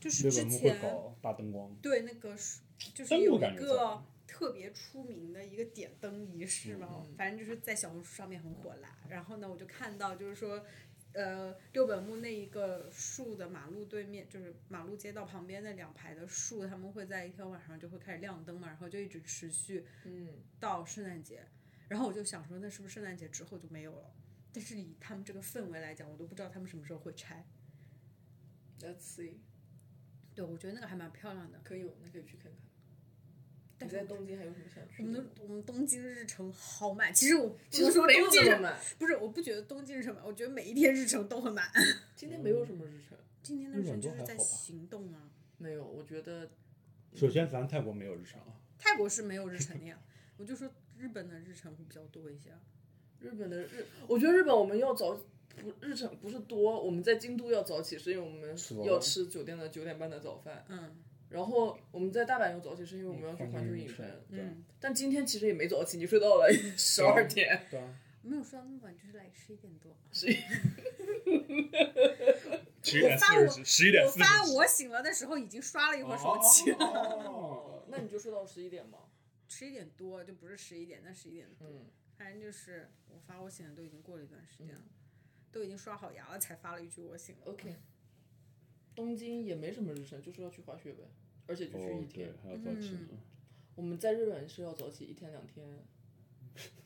A: 就是
B: 日本
A: 之
B: 不会
A: 前
B: 搞大灯光，
A: 对那个树，就是
B: 灯
A: 有
B: 我感
A: 一
B: 觉
A: 个特别出名的一个点灯仪式嘛
C: 嗯，
A: 反正就是在小红书上面很火辣。然后呢，我就看到就是说。呃，六本木那一个树的马路对面，就是马路街道旁边那两排的树，他们会在一天晚上就会开始亮灯嘛，然后就一直持续
C: 嗯，
A: 到圣诞节，然后我就想说，那是不是圣诞节之后就没有了？但是以他们这个氛围来讲，我都不知道他们什么时候会拆。
C: Let's see，
A: 对，我觉得那个还蛮漂亮的。
C: 可以，我们可以去看看。
A: 但
C: 你
A: 是
C: 在东京还有什么想去
A: 我
C: 的
A: 们
C: 吗？
A: 的我们东京日程好满，其实我不
C: 其
A: 是
C: 实
A: 说
C: 没有
A: 东京
C: 那
A: 日
C: 么满，
A: 不是，我不觉得东京日程满，我觉得每一天日程都很满。
C: 今天没有什么日程。
A: 今天的
B: 日
A: 日程
B: 本
A: 就
B: 都
A: 是
B: 还
A: 在
B: 好吧
A: 行动啊。
C: 没有，我觉得
B: 首先，咱泰国没有日常，
A: 泰国是没有日程的呀，我就说日本的日程会比较多一些啊。
C: 日本的日，我觉得日本我们要早不日程不是多，我们在京都要早起，是因为我们
B: 是吧
C: 要吃酒店的九点半的早饭，
A: 嗯
C: 然后我们在大阪要早起，是因为我们要去环球影
B: 影
C: 城。
A: 嗯，
C: 但今天其实也没早起，你睡到了十二点，
B: 对啊，
A: 没有睡到那么晚，就是来十一点多。
B: 十一点四十几，十一点
A: 我
B: 四十
A: 发
B: 几，
A: 我醒了的时候已经刷了一会儿手机，
B: 哦，
C: 那你就睡到十一点嘛。
A: 十一、点多就不是十一点，那十一点多，
C: 嗯，
A: 反正就是我发我醒了都已经过了一段时间了，都已经刷好牙了才发了一句我醒了。
C: 嗯 OK，东京也没什么日程，就是要去滑雪呗，而且就去一天。
B: 哦对，还要
A: 嗯
B: 早起呢，
C: 我们在日本是要早起一天、两天、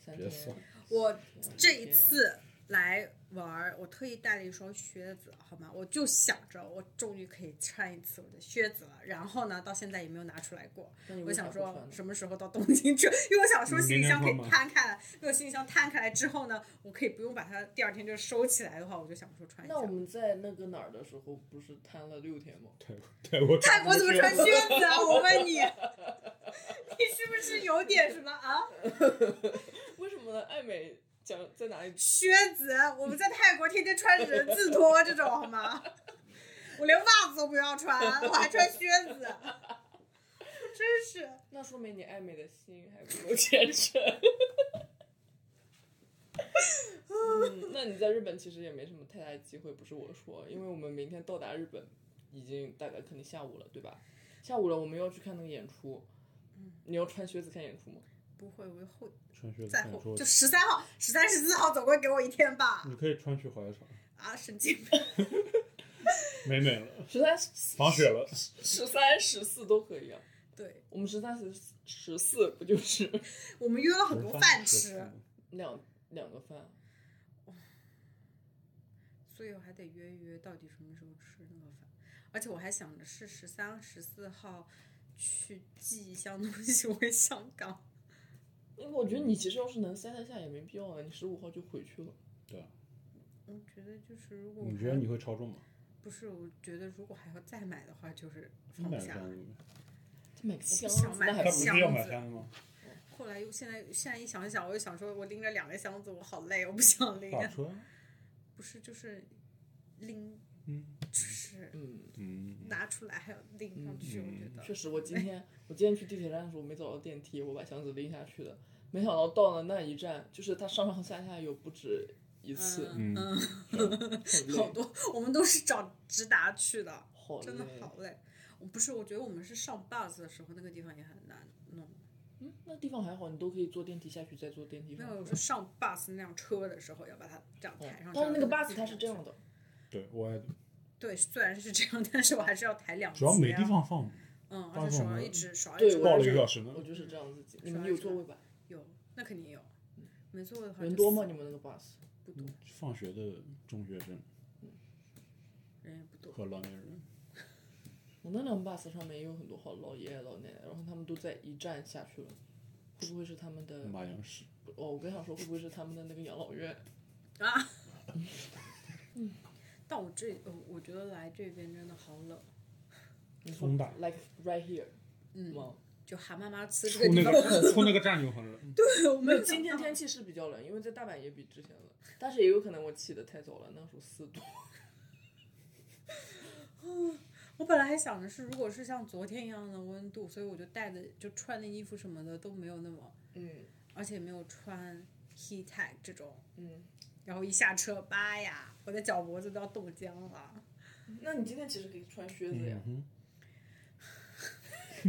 C: 三
B: 别
C: 天。
B: 算了
A: 我
C: 两
A: 这一
C: 天
A: 次来玩儿，我特意带了一双靴子，好吗？我就想着我终于可以穿一次我的靴子了，然后呢，到现在也没有拿出来过。
C: 那你
A: 我
C: 为啥
A: 想
C: 不
A: 说
C: 穿呢
A: 什么时候到东京去？因为我想说
B: 你
A: 行李
B: 明天
A: 箱可以
B: 换吗
A: 摊开来，如果行李箱摊开来之后呢，我可以不用把它第二天就收起来的话，我就想说穿一下
C: 那。我们在那个哪儿的时候，不是摊了六天吗？
B: 泰国
A: 泰国怎么穿靴子啊？我问你，你是不是有点什么啊？
C: 为什么呢？爱美讲在哪里？
A: 靴子，我们在泰国天天穿人字拖这种好吗？我连袜子都不要穿，我还穿靴子，真是。
C: 那说明你爱美的心还不够虔诚。 嗯，那你在日本其实也没什么太大的机会，不是我说，因为我们明天到达日本，已经大概肯定下午了，对吧？下午了，我们要去看那个演出。
A: 嗯
C: 你要穿靴子看演出吗？
A: 不会，我后
B: 穿靴子
A: 再
B: 看
A: 后
B: 说
A: 就，十三号、十三、十四号，总归给我一天吧。
B: 你可以穿去滑雪场，
A: 啊，神经病！
B: 美美了，
C: 十三、
B: 防雪了，
C: 十三、十四都可以啊。
A: 对
C: 我们十三、十十四 不就是
A: 我们约了 很多饭吃，
C: 两两个饭？
A: 所以我还得约一约到底什么时候吃那个饭。而且我还想着是十三、十四号去寄一箱东西回香港。
C: 因为我觉得你其实要是能塞得下也没必要了，啊你十五号就回去了。
B: 对啊，
A: 我觉得就是如果我
B: 你觉得
A: 还
B: 你会超重吗？
A: 不是，我觉得如果还要再买的话，就是放不
B: 买
A: 下
B: 箱
A: 了。
B: 子吗？
C: 这买个箱
A: 想
C: 子
A: 买
C: 那
B: 他
C: 还
B: 不
C: 不
B: 是
C: 行。
B: 要买箱子吗？
A: 后来又现在现在一想一想，我又想说，我拎着两个箱子，我好累，我不想拎。
B: 打车，
A: 不是，就是拎，
B: 嗯
A: 就是
C: 嗯，
B: 嗯，
A: 拿出来还要拎上去，我觉
B: 嗯
A: 得
C: 确实，我今天 我今天去地铁站的时候，我没找到电梯，我把箱子拎下去的。没想到到了那一站，就是它上上下下有不止一次，
A: 嗯
B: 嗯
A: 嗯，
C: 很累
A: 好，多，我们都是找直达去的。
B: 哦
C: 好
A: 真的
C: 累。
A: 好累。我不是，我觉得我们是上 bus 的时候，那个地方也很难弄。
C: 嗯，那地方还好，你都可以坐电梯下去，再坐电梯
A: 没
C: 上
A: 有，我
C: 去。
A: 说上 bus 那辆车的时候，要把它这样
C: 哦
A: 抬上去。
C: 但是那个
A: 然后
C: bus 它是这样的，
B: 对我也
A: 对，虽然是这样，但是我还是要抬两节。
B: 主要没地。方放，
A: 嗯，而
B: 当
A: 且
B: 时
A: 手
B: 我
A: 要
B: 们
A: 一直手要
C: 对
A: 一直
C: 我
B: 报
A: 往
B: 了
A: 上
B: 一个小时呢
C: 我。就是这样子挤。
A: 嗯
C: 你们有座位吧？
A: 有，那肯定有。没坐过的话，
C: 嗯人多吗？？你们嗯那个 bus？
A: 不多，
B: 放学的中学生
A: 人也不多。
B: 和老年人，
C: 我那辆 bus 上面也有很多好老爷爷老奶奶，然后他们都在一站下去了。会不会是他们的？
B: 马洋市，
C: 哦，我刚想说会不会是他们的那个养老院？
A: 但我这，呃我觉得来这边真的好冷。
C: 你说
B: 风大，
C: like right here
A: 嗯，
C: 吗？
A: 就韩妈妈吃这个
B: 出
A: 地
B: 那
A: 方，
B: 个出那个站就很冷，
A: 我没有
C: 今天天气是比较冷，因为在大阪也比之前冷，但是也有可能我起得太早了，那时候四度。
A: 我本来还想着是，如果是像昨天一样的温度，所以我就带的就穿的衣服什么的都没有那么，
C: 嗯
A: 而且没有穿 heat tag 这种，
C: 嗯，
A: 然后一下车，吧呀，我的脚脖子都要冻僵了。
C: 那你今天其实可以穿靴子呀
B: 嗯，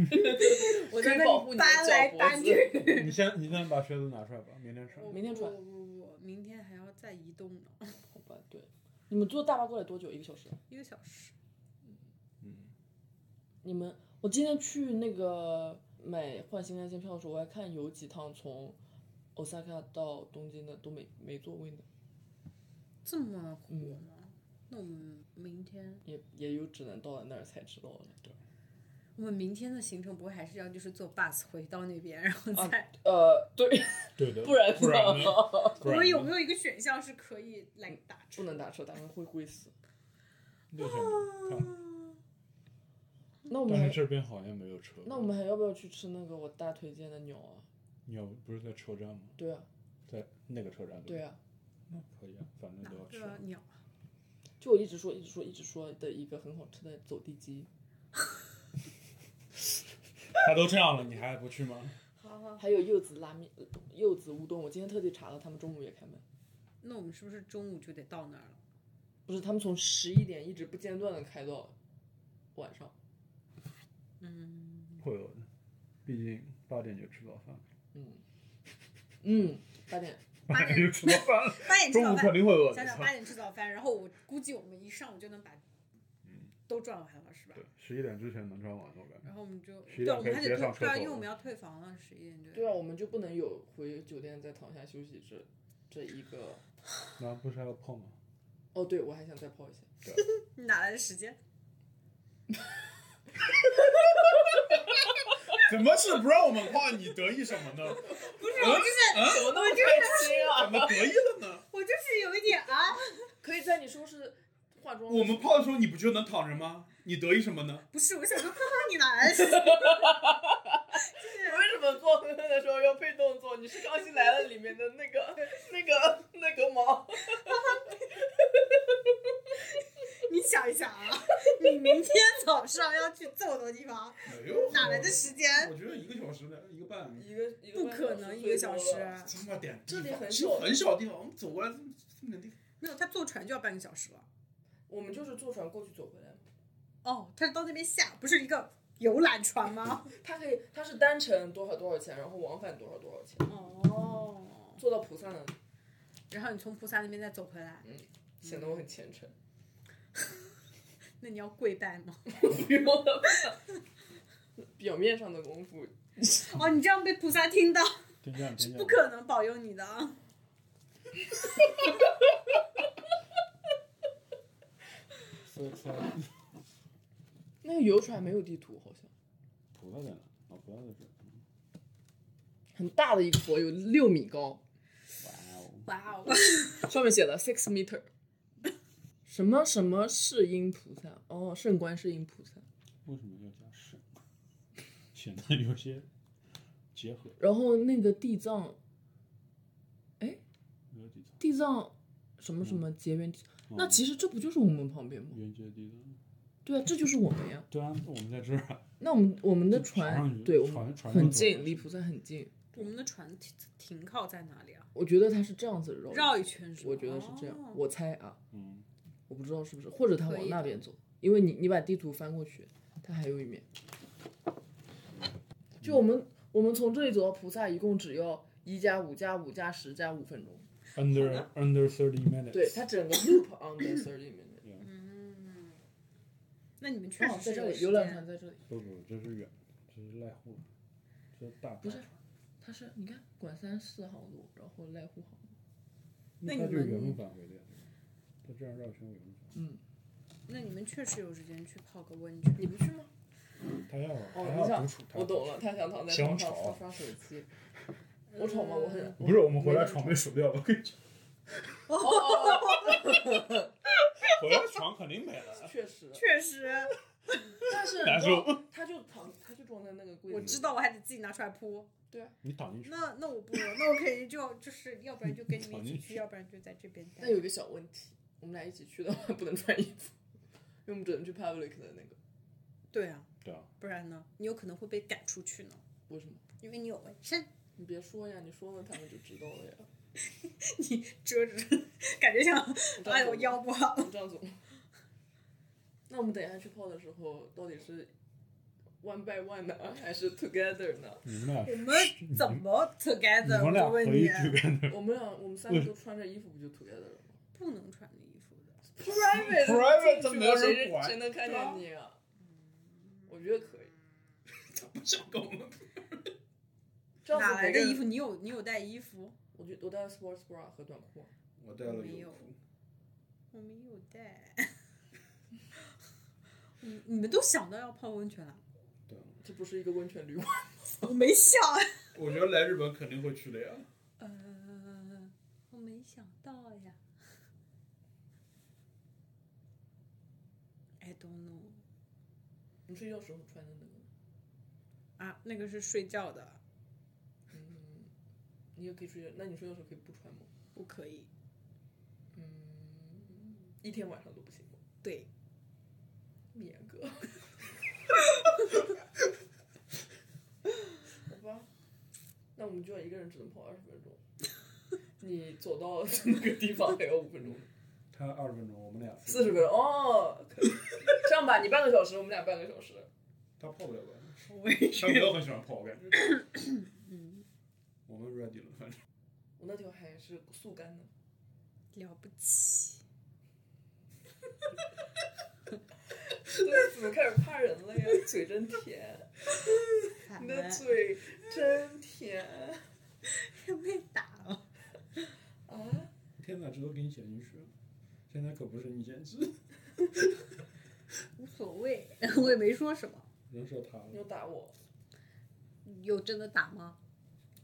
B: 哼，
C: 我
A: 可
C: 在
A: 以
C: 保护你的
A: 搬来
C: 脚脖
A: 搬去
C: 子。
B: 你先你先把靴子拿出来吧，明天穿。
C: 明天穿
A: 不不不不，明天还要再移动呢，
C: 好吧，对，你们坐大巴过来多久？一个小时？
A: 一个小时。
B: 嗯，
C: 你们，我今天去那个买换新干线票的时候，我还看有几趟从 Osaka 到东京的都没没座位呢。
A: 这么火
C: 嗯
A: 吗？那我们明天，
C: 也也有只能到了那儿才知道了。对，
A: 我们明天的行程不会还是要就是坐 bus 回到那边，然后再、
C: 呃，对，
B: 对的，
C: 不然呢
B: 不然呢？
A: 我
B: 不
A: 们
B: 然
A: 有
B: 呢
A: 没有一个选项是可以来打车？
C: 嗯不能打车，打车会贵死。
B: 六千
A: 啊
B: 多看吧
C: 那我们
B: 但是
C: 还
B: 这边好像没有车。
C: 那我们还要不要去吃那个我大推荐的鸟啊？
B: 你要不是在车站吗？
C: 对啊，
B: 在那个车站
C: 对
B: 吧，
C: 啊，
B: 那可以啊，反正
A: 哪
B: 都要吃。
A: 个鸟？
C: 就我一直说一直说一直说的一个很好吃的走地鸡，
B: 他都这样了，你还不去吗？
A: 好好，
C: 还有柚子拉面、柚子乌冬。我今天特地查了，他们中午也开门，
A: 那我们是不是中午就得到那儿了？
C: 不是他们从十一点一直不间断的开到晚上。
A: 嗯，
B: 会有的，毕竟八点就吃早饭，
C: 嗯嗯，八点
A: 八点
B: 就吃早饭了，
A: 八点吃
B: 中
A: 早
B: 午
A: 饭
B: 肯，定会饿
A: 想
B: 的。
A: 想哎八点吃早饭，然后我估计我们一上午就能把
B: 嗯
A: 都转完了，是吧
B: 对？，十一点之前能穿完，我感觉。
A: 然后我们就
B: 十一
A: 对，
B: 点
A: 我们
B: 可
A: 还
B: 以
A: 得
B: 直接
A: 退
B: 上，车
A: 对啊，
B: 走
A: 因为我
B: 了
A: 们要退房了，十一点就
C: 对啊，我们就不能有回酒店再躺下休息这这一个。
B: 那不是还要泡吗？
C: 哦，对，我还想再泡一下。
A: 你哪来的时间？
B: 怎么是不让我们泡？你得意什么呢？
A: 不是，
B: 啊
A: 我就是
C: 怎么那么开心
B: 怎
C: 啊！
B: 么得意了呢？
A: 我就是有一点啊，
C: 可以在你收拾化妆。
B: 我们泡的时候你不就能躺着吗？你得意什么呢？
A: 不是，我想说，哈哈，你哪来的时间？
C: 你为什么做 呵呵的时候要配动作？你是《康熙来了》里面的那个、 那个、那个吗？
A: 你想一想啊， 你明天早上要去这么多地方，
B: 没有
A: 哪来的时间？
B: 我觉得一个小时呢，一个半，
C: 一个一个
A: 不可能一个小时，啊
B: 这么点
C: 哎这里
B: 地方
C: 很
B: 其实
C: 小
B: 很小地方，我们走过来这么这么点地方。
A: 没有，他坐船就要半个小时了。
C: 我们就是坐船过去走回来嘛。
A: 哦，他是到那边下，不是一个游览船吗？
C: 它可以，它是单程多少多少钱，然后往返多少多少钱，
A: 哦，
C: 坐到菩萨那里
A: 然后你从菩萨那边再走回来，
C: 显得我很虔诚。
A: 那你要跪拜吗？
C: 不用了吧，表面上的功夫，
A: 哦，你这样被菩萨听到，
B: 听见听
A: 不可能保佑你的啊！
C: 那个游船没有地图，好像
B: 葡萄在哪？哦，葡萄在这。
C: 很大的一坨，有六米高，
B: 哇哦！
A: 哇哦，
C: 上面写了 six meter。什么什么世音菩萨？哦，圣观世音菩萨。
B: 为什么要加省？啊显得有些结合。
C: 然后那个地藏，
B: 没有底层。
C: 地藏什么什么结缘地，那
B: 嗯
C: 其实这不就是我们旁边吗？
B: 原接地层。
C: 对啊，这就是我们呀。
B: 对啊，我们在这儿啊。
C: 那我们我们的
B: 就船上
C: 船，
B: 去
C: 对我
B: 船
C: 们
B: 船
C: 很
B: 上走
C: 近，离菩萨很近。
A: 我们的船停停靠在哪里啊？
C: 我觉得它是这样子绕，
A: 绕一圈是吗？
C: 哦我觉得是
A: 哦
C: 这样，我猜啊。
B: 嗯，
C: 我不知道是不是，或者他
A: 可
C: 往
A: 以
C: 那
A: 的
C: 边走，因为你你把地图翻过去，它还有一面。就我们我们从这里走到菩萨，一共只要一加五加五加十加五分钟。
B: Under under thirty minutes。
C: 对，它整个 loop on the thirty minute。
A: 嗯，那你们确
C: 正好
A: 实
C: 哦在
A: 是
C: 这
A: 有
C: 里，
A: 时
C: 游览
A: 间。
C: 船在这里。
B: 不不，这是远，这是濑户，这是大
C: 不是
B: 船
C: 它是你看，管三四航路，然后濑户航路。
A: 那
B: 它
A: 你
B: 就是
A: 们
B: 原路返回的呀。它这样绕圈原路返
C: 嗯，
A: 那你们确实有时间去泡个温泉。
C: 你不去吗？
B: 回。他要
C: 哦
B: 他
C: 你
B: 要
C: 想
B: 独处。它
C: 我
B: 要独
C: 懂
B: 处。
C: 了，他想躺在
B: 想
C: 床上
B: 吵
C: 刷刷手机。我吵吗？我
A: 嗯
C: 很
B: 不是，我们
C: 没
B: 回来
C: 那
B: 床
C: 吵
B: 被数掉了，我跟你讲，
C: 哦哦哦
B: 回来床肯定没
C: 哦
B: 了。
C: 确实，
A: 确实，
C: 但是
B: 难
C: 你知道，他就躺，他就装在那个柜子
A: 我
C: 里。
A: 知道，我还得自己拿出来铺。
B: 你躺
C: 嗯
B: 进去，
A: 那那我不，那我肯定就就是，要不然就跟你们一起
B: 讨
A: 去，
B: 厌
A: 要不然就在这边待
C: 但。有一个小问题，我们俩一起去的话不 能穿衣服，因为我们只能去 public 的那个。
A: 对啊，
B: 对啊，
A: 不然呢？你有可能会被赶出去呢，
C: 为什么？
A: 因为你有纹身，
C: 你别说呀，你说了他们就知道了呀。
A: 你遮着，感觉像，
C: 我这
A: 哎
C: 样
A: 呦，
C: 走
A: 我腰不好。
C: 我这样走。那我们等一下去泡的时候，到底是 one by one 呢，还是 together 呢？
B: 你们俩
A: 我们怎么 together？
B: 嗯你们俩
A: 我问
B: 回
A: 你
B: 去，干的
C: 我们俩我们三个都穿着衣服，不就 together 了吗
A: 不能穿的衣服的。
C: ？private
B: Private
C: 进
B: 怎
C: 去
B: 么
C: 了
B: 有人
C: 谁
B: 管
C: 谁能看见你啊？我觉得 可以，
B: 不想跟我们。
C: 这样子
A: 哪来的
C: 每个人
A: 衣服？？你有你有带衣服？
C: 我就我带了 sports bra 和短裤啊。
B: 我带了
A: 没有
B: 裤，
A: 我没有带。你你们都想到要泡温泉了？
C: 这不是一个温泉旅馆，
A: 我没想。
B: 我觉得来日本肯定会去的呀。
A: 呃，我没想到呀。I don't know。
C: 你睡觉时候穿的那个。
A: 啊，那个是睡觉的，
C: 嗯，你也可以睡觉，那你睡觉的时候可以不穿吗？
A: 不可以。
C: 嗯，一天晚上都不行吗？
A: 对，
C: 这么严格。 好吧，那我们就要一个人只能跑二十分钟。你走到那个地方还要五分钟，
B: 他二十分钟，我们俩
C: 四十分钟哦，可以。这样吧，你半个小时，我们俩半个小时。
B: 他泡不 了吧？
A: 我也
B: 他没有很喜欢泡，我感觉。
A: 嗯，
B: 我们 ready 了，反正
C: 我那条还是速干 的，
A: 了不起。
C: 这啊怎么开始怕人了呀？嘴真甜，你
A: 嗯
C: 的嘴真甜
A: 被打了。
C: 啊！
B: 天哪，这都给你剪进去了。现在可不是你剪辑，
A: 无所谓，我也没说什么。
B: 人设塌
C: 你要打我
A: 有真的打吗？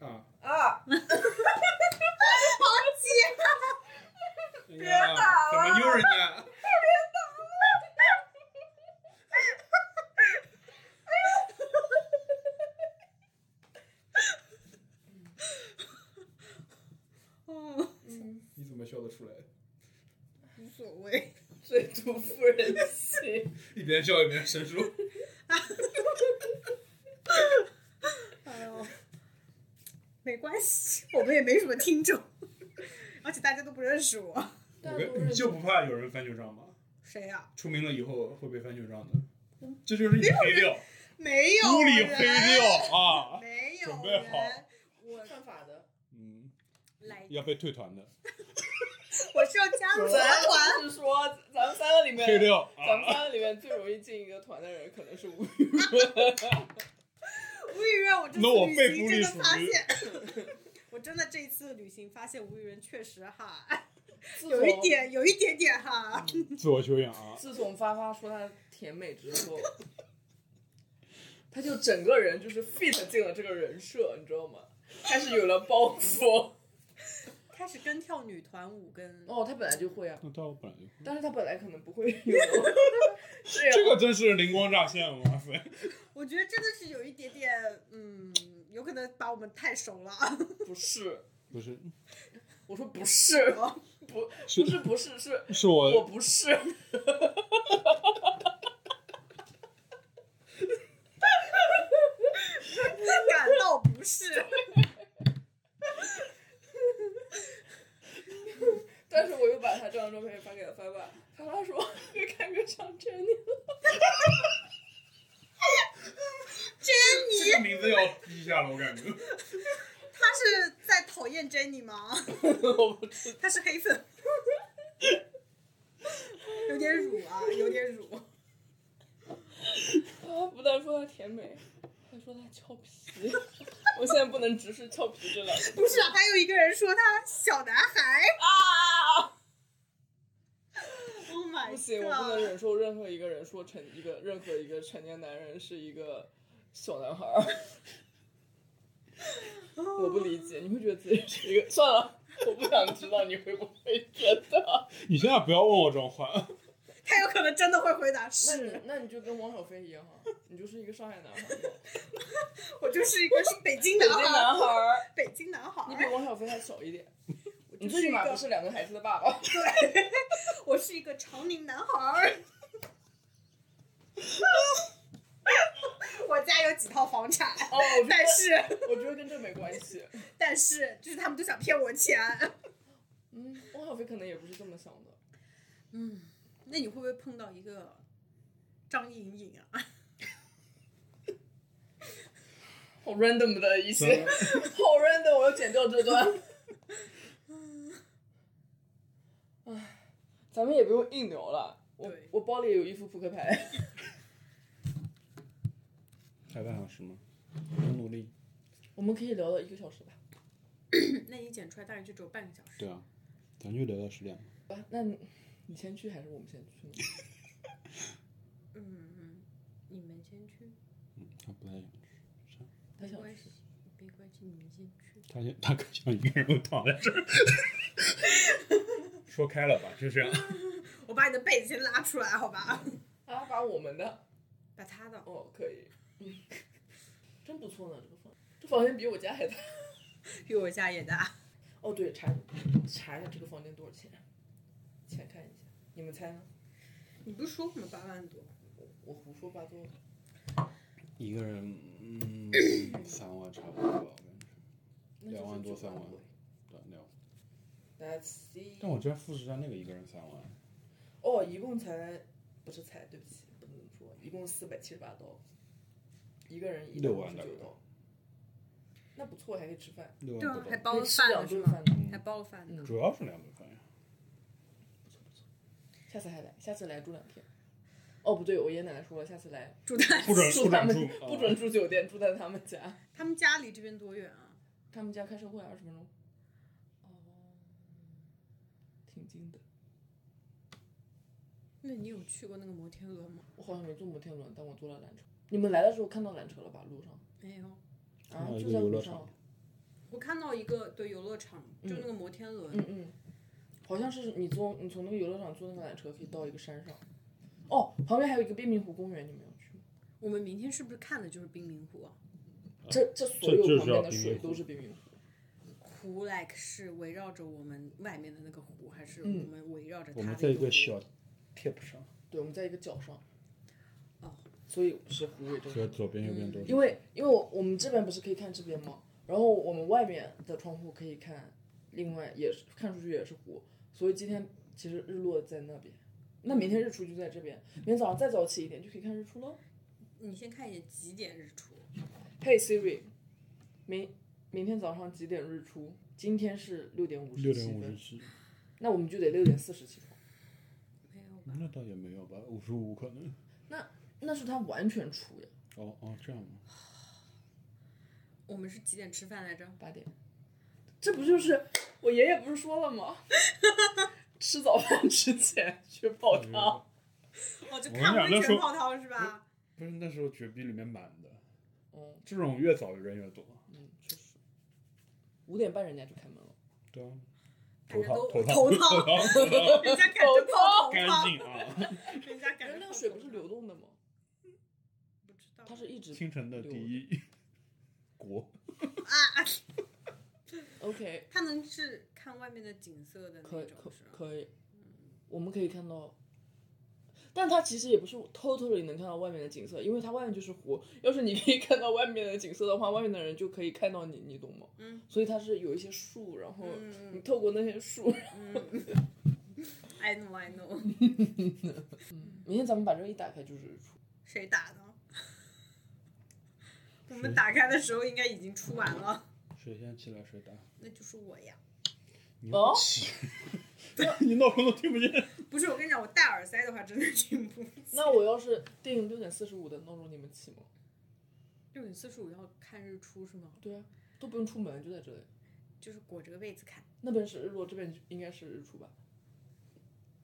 B: 了啊！
C: 啊！
A: 嗯
B: 别打了，怎么又是你？
A: 嗯，
C: 嗯。
B: 你怎么笑得出来？
A: 无所谓。
C: 最毒妇人心。
B: 一边笑一边申诉。
A: 哎呦， 没关系，我们也没什么听众，而且大家都不认识我。
C: 大
B: 我
C: 家都
B: 跟
C: 认
B: 你就
C: 识
B: 不怕有人翻旧账吗？
A: 谁啊呀、
B: 出名了以后会被翻旧账的，这就是你黑料，
A: 没有
B: 屋里
A: 人
B: 黑料啊！
A: 没有
B: 准备好
A: 人，我
C: 犯法的，
B: 嗯，
A: 来，
B: 要被退团的，
A: 我是要加入团。
C: 咱就是说，咱们三个里面，
B: 黑料
C: 咱们
B: 啊！
C: 三个里面最容易进一个团的人可能是吴宇。
A: 吴雨润，我这
B: 那我
A: 次
B: 被
A: 旅行真的
B: 孤立属
A: 发
B: 于
A: 现， 我真的这一次旅行发现吴雨润确实哈，
C: 自
A: 有一
C: 从
A: 点，有一点点哈。
B: 自我修养啊！
C: 自从发发说她甜美之后，他就整个人就是 fit 进了这个人设，你知道吗？开始有了包袱。
A: 开始跟跳女团舞，跟
C: 哦，他本来就会啊，
B: 那到我本来就
C: 但是他本来可能不会有。是
B: 这
C: 呀，
B: 个真是灵光乍现，哇塞！
A: 我觉得真的是有一点点，嗯，有可能把我们太熟了。 啊
C: 不是，
B: 不是，
C: 我说不是， 不不是不是是
B: 是
C: 我
B: 我
C: 不是。
A: 感到不适。
C: 但是我又把他这张照片发给了发发，发发说越看越像珍 妮，
B: 这个名字要低一下了，我感觉。
A: 他是在讨厌 Jenny 吗？
C: 我不知
A: 他是黑粉，有点乳啊，有点乳。
C: 道。啊不但说她甜美，还说她俏皮。 我现在不能直视俏皮这两个字
A: 不是，还有一个人说他小男孩。
C: 啊！
A: Oh my
C: 不
A: god！
C: 行，我不能忍受任何一个人说成一个任何一个成年男人是一个小男孩儿。我不理解，你会觉得自己是一个 算了，我不想知道你会不会觉得。
B: 你现在不要问我这种话，
A: 他有可能真的会回答
C: 那你
A: 是，
C: 那你就跟王小飞一样啊，你就是一个上海男孩嘛。
A: 我就是一个北京男
C: 北京男
A: 孩，
C: 孩儿，
A: 北京男孩。
C: 你比王小飞还小一点，
A: 我
C: 你
A: 就是
C: 最起
A: 一
C: 码不
A: 个，
C: 是两哦个孩子的爸爸。
A: 我是一个长宁男 孩。我家有几套房 产，
C: 哦，我觉
A: 但
C: 得
A: 是
C: 我觉得跟这没关系。
A: 但是就是他们都想骗我钱。
C: 嗯，王小飞可能也不是这么想的。
A: 嗯，那你会不会碰到一个张颖颖啊？
C: 好 random 的一
B: 真
C: 些，
B: 的
C: 好 random，我要剪掉这段。唉，咱们也不用硬聊了。我
A: 对
C: 我包里有一副扑克牌，
B: 还半小时吗？我努力。
C: 我们可以聊到一个小时吧。
A: 嗯那你剪出来大概就只有半个小时。
B: 对啊，咱就聊到十点吧。
C: 吧，那你你先去还是我们先去呢？
A: 嗯嗯，你们先去，
B: 嗯他不太想去，
C: 他
A: 没
C: 想
A: 关
C: 去
A: 系，没关系，你们先去。
B: 他想他更想一个人躺在这儿。说开了吧，就这样。
A: 我把你的被子先拉出来，好吧？
C: 啊，把我们的
A: 把他的，
C: 哦，可以，嗯，真不错呢，这个房，这房间比我家还大。
A: 比我家也大，
C: 哦，对，查查一下这个房间多少钱，钱看一下，你们猜呢？
A: 你不是说我们八万多？
C: 我我胡说八道。
B: 一个人，嗯，三万差不多吧，我感觉。
C: 那就是
B: 两万多
C: 9
B: 三万
C: 多
B: 对，两万。
C: Let's see。
B: 但我觉得富士山那个一个人三万，
C: 哦，一共才不是才，对不起，不能说，一共四百七十八刀，一个人一百
B: 六
C: 五
B: 万
C: 十
B: 大概
C: 九刀，那不错，还可以吃饭，
B: 六
A: 对
B: 万
A: 啊
B: 不，
A: 还
B: 到。
A: 包了
C: 可以吃
A: 饭
C: 两
A: 了是
C: 顿
A: 吗？
C: 饭呢。
A: 还包了饭呢。
B: 主要是两顿饭呀。
C: 下次还来，下次来住两天。哦，不对，我爷爷奶奶说了，下次来
A: 住在
B: 不准
C: 住
B: 不
C: 他
B: 准啊
C: 们
B: 住，
C: 不准住酒店，住在他们家。
A: 他们家离这边多远啊？
C: 他们家开啊车过来二十分钟，哦挺近的。
A: 那你有去过那个摩天轮吗？
C: 我好像没坐摩天轮，但我坐了缆车。你们来的时候看到缆车了吧？路上
A: 没有，
B: 看
C: 啊
B: 到，一个哦
C: 就在
B: 游
C: 路
B: 乐
C: 上
B: 场。
A: 我看到一个对游乐场，就那个摩天轮，
C: 嗯嗯，好像是你坐你从那个游乐场坐那个缆车可以到一个山上。哦，旁边还有一个冰明湖公园，你们有去吗？
A: 我们明天是不是看的就是冰明湖啊？
C: 这这所有
B: 这是要
C: 旁边的
B: 冰
C: 水
B: 明湖
C: 都是冰明湖。
A: 湖 like 是围绕着我们外面的那个湖，还是我
C: 嗯
A: 们围绕着它
B: 我们
A: 的
B: 在一
A: 个
B: 个
A: 湖
B: 小 tip 上，
C: 对，我们在一个角上。
A: 哦。
C: 所以是湖为中
B: 所以
C: 心。
B: 左边右边都是。
C: 嗯因为因为我我们这边不是可以看这边吗？然后我们外面的窗户可以看，另外也是看出去也是湖，所以今天其实日落在那边，那明天日出就在这边，明天早上再早起一点就可以看日出喽。
A: 你先看一眼几点日出？
C: Hey Siri，明明天早上几点日出？今天是六点五
B: 六
C: 十
B: 点
C: 七
B: 五十
C: 分，
B: 七，
C: 那我们就得六点四十起床。
A: 没有吧？
B: 那倒也没有吧，五十五可能。
C: 那是它完全出呀，
B: 哦哦，这样吗？
A: 我们是几点吃饭来着？
C: 八点。这不就是我爷爷不是说了吗？ 吃早饭之前去泡汤。
A: 哦，就
B: 我
A: 看
B: 们俩
A: 温
B: 那时
A: 泉
B: 候
A: 泡汤是吧？
B: 不是那时候绝壁里面满的，
C: 嗯
B: 这种越早人越 多。
C: 嗯，确实。五点半人家就开门了。
B: 对啊，
A: 大家都
B: 头套
A: 头
B: 头
A: 套，
B: 套头套
A: 人家赶着泡头
B: 干
A: 汤，
B: 净啊！
A: 人家赶着
C: 那
A: 泡
C: 个水
A: 头
C: 不是
A: 汤
C: 流动的吗？
A: 不知道，
C: 它是一直
B: 清晨的第一国，
A: 啊，
C: OK，
A: 他能是看外面的景色的那
C: 可
A: 种
C: 以可
A: 是嗯吧？
C: 可以，我们可以看到，但它其实也不是 totally 能看到外面的景色，因为它外面就是湖。要是你可以看到外面的景色的话，外面的人就可以看到你，你懂吗？
A: 嗯。
C: 所以它是有一些树，然后你
A: 嗯
C: 透过那些树，
A: 嗯，I know I know，
C: 嗯明天咱们把这个一打开就是日出。
A: 谁打的？ 我们打开的时候应该已经出完了，
B: 谁先起来谁打。
A: 那就是我呀。
B: 你
C: 哦
B: 起你闹钟都听不见。
A: 不是，我跟你讲，我戴耳塞的话真的听不见。
C: 那我要是定六点四十五的闹钟，你们起吗？
A: 六点四十五要看日出是吗？
C: 对啊，都不用出门，就在这里。
A: 就是裹着个被子看。
C: 那边是日落，这边应该是日出吧？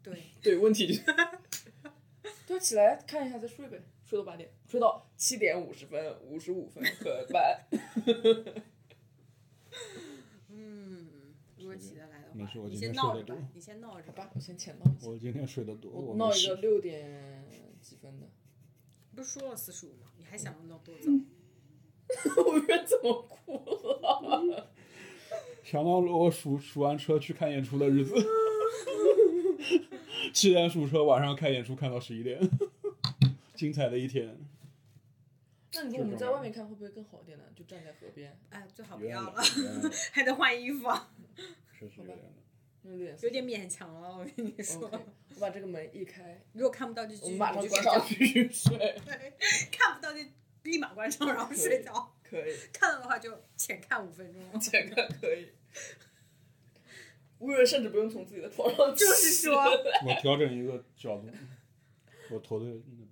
A: 对，
C: 对，问题 就就起来看一下再睡呗，睡到八点，睡到七点五十分、五十五分和晚。
A: 嗯，如果起得来的
B: 没事
A: 话，
B: 我
A: 你
B: 今
A: 先
B: 天
A: 闹
B: 睡
A: 着吧
B: 得多，
A: 你先闹着
C: 好
A: 吧。
C: 吧，我先浅闹一下，
B: 我今天睡得多，
C: 我
B: 没
C: 闹一
B: 事
C: 个六点几分的。
A: 不是说了四十五吗？你还
B: 嗯
A: 想要闹多早？
C: 我不知道怎么哭了。
B: 想到了我数数完车去看演出的日子，七点数车，晚上看演出看到十一点， 精彩的一天。
C: 那你说我们在外面看会不会更好一点呢？就站在河边，
A: 哎，最好不
B: 有点
A: 要
B: 冷
C: 啊
A: 了，，
B: 有点冷
A: 还得换衣服啊，
B: 确 实有点冷。
C: 因为六点
A: 有点勉强了。我跟你说
C: OK，，我把这个门一开，
A: 如果看不到就继
C: 我
A: 续
C: 们马上
A: 你就
C: 关
A: 睡觉
C: 上继续睡。
A: 看不到就立马关上，然后睡觉。
C: 可以，
A: 看到的话就浅看五分钟。
C: 这个可以。无人甚至不用从自己的床上起，
A: 就是说，
B: 我调整一个角度，我头的那边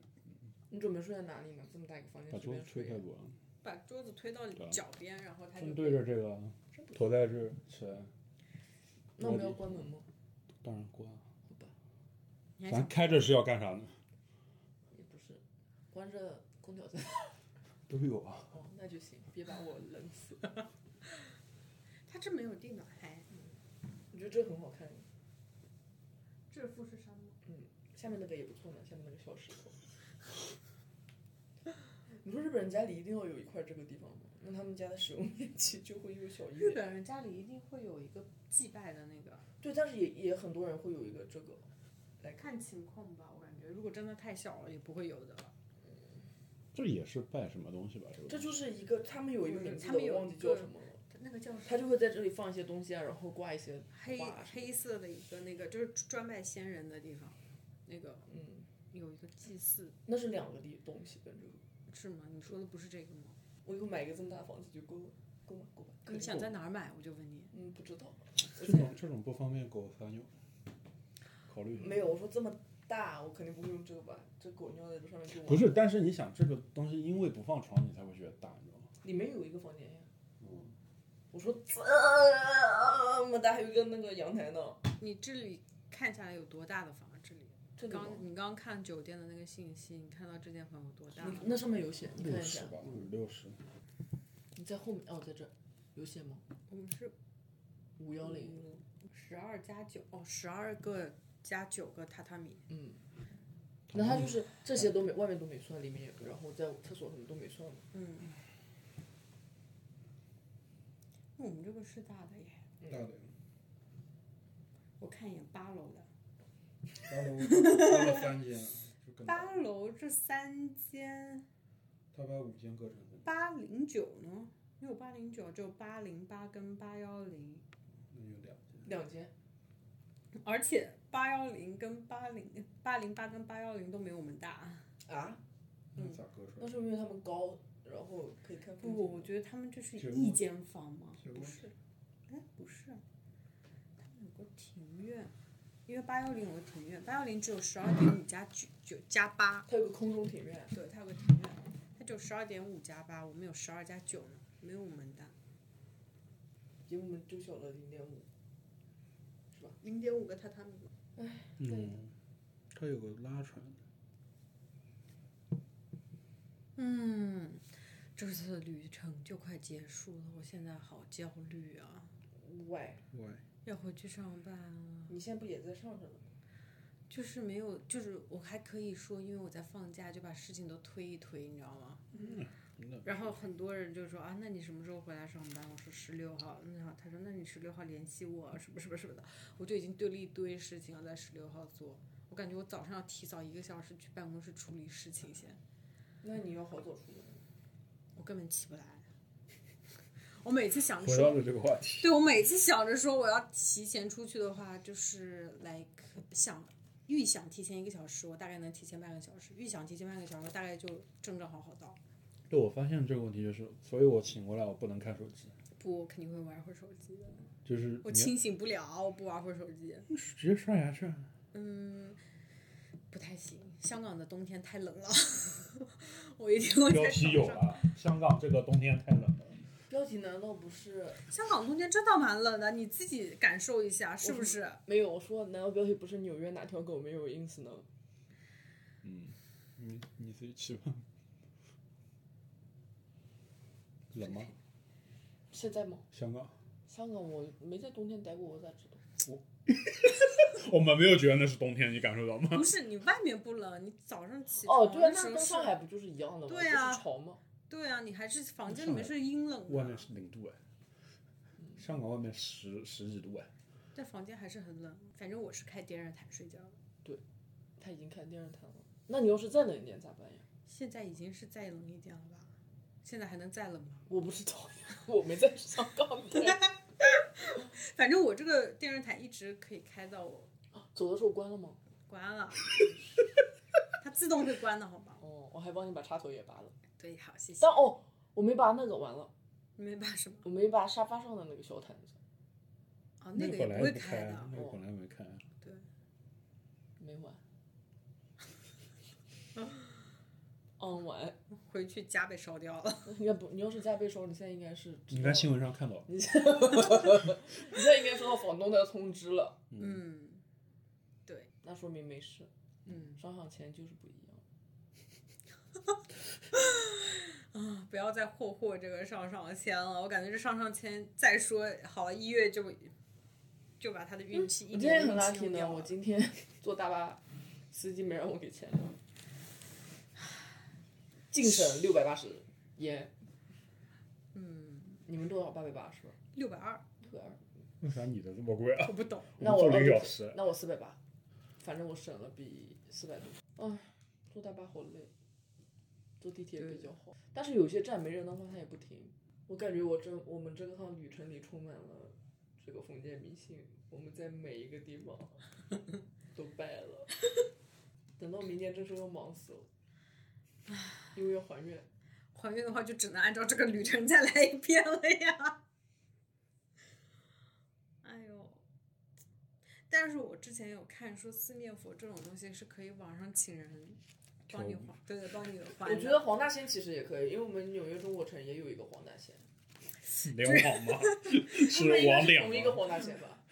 C: 你准备睡在哪里呢？这么大一个房间，
B: 把
C: 随
B: 桌子
C: 便
B: 推
C: 睡
B: 开
C: 呀。
B: 过，
A: 把桌子推到脚边，然后他就
B: 正对着这个啊，头在这儿起来，
C: 那我们要关门吗？
B: 当然关了。
C: 好吧，
E: 你还
B: 咱
E: 想
B: 开着是要干啥呢？
C: 也不是，关着空调在。
B: 都有啊。
C: 哦，那就行，别把我冷死。
E: 他这没有地暖
A: 哎
E: 还
C: 我觉得这个很好看，
A: 这是富士山吗？
C: 下面那个也不错呢，下面那个小石头。你说日本人家里一定要有一块这个地方吗？那他们家的使用面积就会又小一
A: 日
C: 点。
A: 本人家里一定会有一个祭拜的那个，
C: 对，但是也也很多人会有一个这个。
A: 看情况吧，我感觉如果真的太小了，也不会有的了。
B: 这也是拜什么东西吧？这个
C: 这就是一个，他们有一个名
A: 嗯
C: 字
A: 他
C: 的，
A: 们有
C: 我忘记叫什么了。
A: 那个叫
C: 他就会在这里放一些东西啊，然后挂一些
A: 黑
C: 花啊什么
A: 黑色的一个那个，就是专卖仙人的地方，那个
C: 的。嗯，
A: 有一个祭祀
C: 那是两个地东西跟这个。
A: 是吗？你说的不是这个吗？
C: 我以后买一个这么大房子就够了，够吗？够吧？
B: 可以
A: 你想在哪儿买？我就问你。
C: 嗯，不知道。
B: 这种这种不方便狗撒尿，考虑一下
C: 没有，我说这么大，我肯定不会用这个吧？这狗尿在这上面就完
B: 不是，但是你想这个东西，因为不放床，你才会觉得大，你知道吗？
C: 里面有一个房间呀。
B: 嗯
C: 我说这么大，还有一个那个阳台呢。
A: 你这里看下来有多大的房啊？这里
C: 这里
A: 刚
C: 吗
A: 你刚看酒店的那个信息，你看到这间房有多大
C: 你
A: 吗？
C: 那上面有写，你看
B: 六
C: 一下
B: 十。吧，五六十。
C: 你在后面哦，在这儿有写吗？
A: 我们是
C: 五幺零，
A: 嗯，十二加九哦，十二个加九个榻榻米，
C: 嗯。那它
B: 嗯
C: 就是这些都没，外面都没算，里面有，然后在厕所什么都没算嘛。
A: 嗯。那我们这个是大的耶，
B: 大的，
A: 我看一眼八楼的，
B: 大的大的三间，就更
A: 八楼这三间
B: 他把五间隔成的，
A: 八零九呢？没有八零九，只有八零八跟八幺零。
B: 那有两间。
C: 两间，
A: 而且八幺零跟八零八零八跟八幺零都没我们大。
C: 啊，
A: 嗯
B: 那咋隔出
C: 那
B: 来？
C: 是因为他们高，然后可以看风景。
A: 不，我觉得他们这是
B: 铁
A: 一
B: 屋
A: 间房吗
B: 铁？屋
A: 不是，哎，不是，他们有个庭院，因为八幺零有个庭院，八幺零只有十二点五加九九加八，
C: 它有个空中庭院，
A: 对，它有个庭院，它只有十二点五加八，我们有十二加九呢，没有我们大，
C: 比我们就小了零点五。
A: 零点五个榻榻米。
B: 嗯，它有个拉船。
A: 嗯，这次的旅程就快结束了，我现在好焦虑啊，
C: 喂，
B: 喂，
A: 要回去上班啊。
C: 你现在不也在上着呢？
A: 就是没有，就是我还可以说，因为我在放假，就把事情都推一推，你知道吗？
C: 嗯
B: 那
A: 然后很多人就说啊，那你什么时候回来上班？我说十六号。那好，他说那你十六号联系我，什么什么什么的，我就已经堆了一堆事情要在十六号做。我感觉我早上要提早一个小时去办公室处理事情先，
C: 那你要好早出门。
A: 我根本起不来。我每次想着
B: 回
A: 说
B: 到，了这个话题，
A: 对我每次想着说我要提前出去的话，就是 like 想预想提前一个小时，我大概能提前半个小时；预想提前半个小时，大概就正正好好到。
B: 对我发现这个问题就是，所以我醒过来我不能看手机，
A: 不，我肯定会玩会儿手机的。
B: 就是
A: 我
B: 你
A: 清醒不了，我不玩会儿手机。
B: 直接刷牙去啊。
A: 嗯，不太行。香港的冬天太冷了， 我一定会
B: 标
A: 在
B: 题
A: 床
B: 有
A: 上。
B: 了，香港这个冬天太冷了。
C: 标题难道不是
A: 香港冬天真的蛮冷的，你自己感受一下，是不是？
C: 没有？我说难道标题不是纽约哪条狗没有 ins 呢？
B: 嗯，你你自己去吧。冷吗？
C: 现在吗？
B: 香港？
C: 香港我没在冬天待过，我咋知道？
B: 我们没有觉得那是冬天，你感受到吗？
A: 不是你外面不冷，你早上起床
C: 哦，对啊，
A: 的
C: 那
A: 时
C: 跟
A: 候是
C: 上海不就是一样的吗？
A: 对啊
C: 就是潮吗？
A: 对啊，你还是房间
B: 上
A: 里面
B: 海
A: 是阴冷
B: 外面
A: 的，
B: 是零度哎，香港外面十十几度哎。
A: 但房间还是很冷。反正我是开电热毯睡觉的，
C: 他已经开电热毯了。那你要是再冷一点咋办呀？
A: 现在已经是再冷一点了吧？现在还能再冷吗？
C: 我不知道呀， 我没在香港待。
A: 反正我这个电热毯一直可以开到我
C: 走的时候关了吗？
A: 关了， 它自动会关的好吧？
C: 哦，我还帮你把插头也拔了。
A: 对，好，谢谢
C: 但。哦，我没拔那个，完了，
A: 你没把什么？
C: 我没拔沙发上的那个小毯子，
A: 哦，那个也
B: 本来
A: 会
B: 不
A: 开
B: 开
A: 的，，啊哦
B: 那个本来没开。
A: 对。
C: 没 完。嗯，完，
A: 回去家被烧掉了。
C: 应该不，你要是加倍收，你现在应该是知道
B: 你看新闻上看到，
C: 你现在你现在应该收到房东的通知了。
A: 嗯，对，
C: 那说明没事。
A: 嗯
C: 商场前就是不一样。
A: 啊，不要再霍霍这个上上签了，我感觉这上上签再说好了，一月就就把他的运气一
C: 嗯我今天
A: 年
C: 很
A: 运气
C: lucky
A: 用
C: 呢，
A: 掉
C: 我
A: 了。
C: 今天 坐大巴，司机没让我给钱的，进省六百八十耶，
A: 嗯，
C: 你们多少八百八是吧？
A: 六百二，
C: 六百二，
B: 为啥你的这么贵啊？
A: 我不懂。
C: 那
B: 我
C: 我
B: 们做零小时，
C: 那我四百八，反正我省了比四百多。哎，坐大巴好累，坐地铁比较好。但是有些站没人的话，它也不停。我感觉我这我们这趟旅程里充满了这个封建迷信，我们在每一个地方都败了。 等到明年真是要忙死了，因为要还愿。
A: 还愿的话，就只能按照这个旅程再来一遍了呀。哎呦，但是我之前有看说四面佛这种东西是可以网上请人帮你
B: 求
A: 还，对的，帮你还的。
C: 我觉得黄大仙其实也可以，因为我们纽约中国城也有一个黄大仙，
B: 联 网吗？
C: 他
B: 是
C: 们应该
B: 网
C: 是
B: 两
C: 同一个
B: 吗？
C: 黄大仙吧？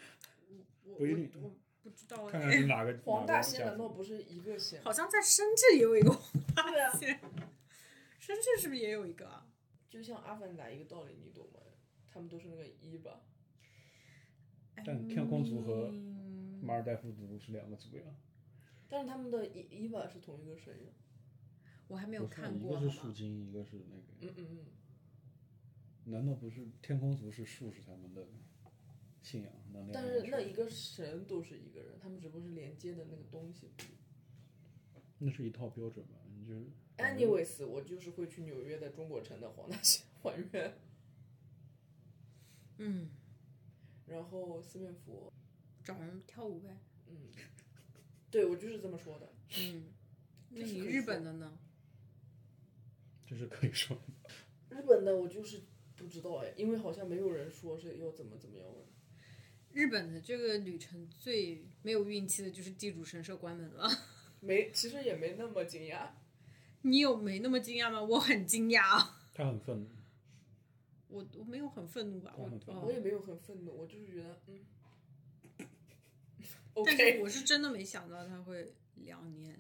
A: 我
B: 不一定
A: 我我不知道
B: 看看是
A: 哎，
B: 哪个
C: 黄大仙
B: 哪
C: 难
B: 个
C: 道不是一个仙吗？
A: 好像在深圳也有一个
C: 对啊
A: 发现，深圳是不是也有一个啊？
C: 就像《阿凡达》一个道理，你懂吗？他们都是那个一吧？
B: 但天空族和
A: 嗯
B: 马尔代夫族是两个族呀，
C: 但是他们的一一吧是同一个神人。
A: 我还没
B: 没
A: 有看过，
B: 一个是
A: 好
B: 树
A: 吗
B: 精，一个是那个，
C: 嗯嗯嗯，
B: 难道不是天空族是树是他们的信仰能量？
C: 但是那一个神都是一个人，他们只不过是连接的那个东西不一样。
B: 那是一套标准吧？你就是
C: Anyways，我就是会去纽约的中国城的黄大仙还愿，
A: 嗯，
C: 然后四面佛，
A: 找人跳舞呗。
C: 嗯，对我就是这么说的。
A: 嗯，那
C: 这是
A: 你
C: 可以
A: 日
C: 说
A: 本的呢？
B: 这是可以说
C: 日本的我就是不知道哎，因为好像没有人说是要怎么怎么样的。
A: 日本的这个旅程最没有运气的就是地主神社关门了。
C: 没，其实也没那么惊讶。
A: 你有没那么惊讶吗？我很惊讶，啊
B: 他很愤怒，
A: 我我没有很愤怒吧？
B: 我很
A: 我
B: 愤怒
C: 我也
A: 哦，
C: 没有很愤怒，我就是觉得， 嗯
A: 但是
C: ，OK，
A: 我是真的没想到他会两年。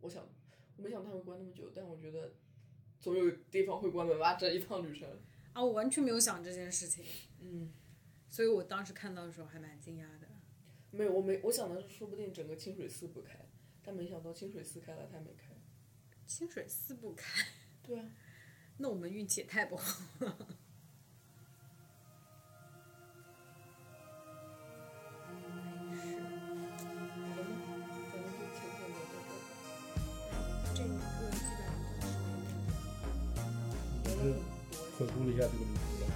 C: 我想，我没想到他会关那么久，但我觉得总有地方会关门吧，这一趟旅程。
A: 啊，我完全没有想这件事情，
C: 嗯，
A: 所以我当时看到的时候还蛮惊讶的。
C: 没有，我没，我想的是说不定整个清水寺不开，但没想到清水寺开了，他没开。
A: 清水寺不开，
C: 对啊，
A: 那我们运气也太不好。
C: 好了，咱们就浅浅聊到这儿吧，
A: 这一个基本上就是
C: 聊了很多。
B: 回顾了一下这个旅途吧。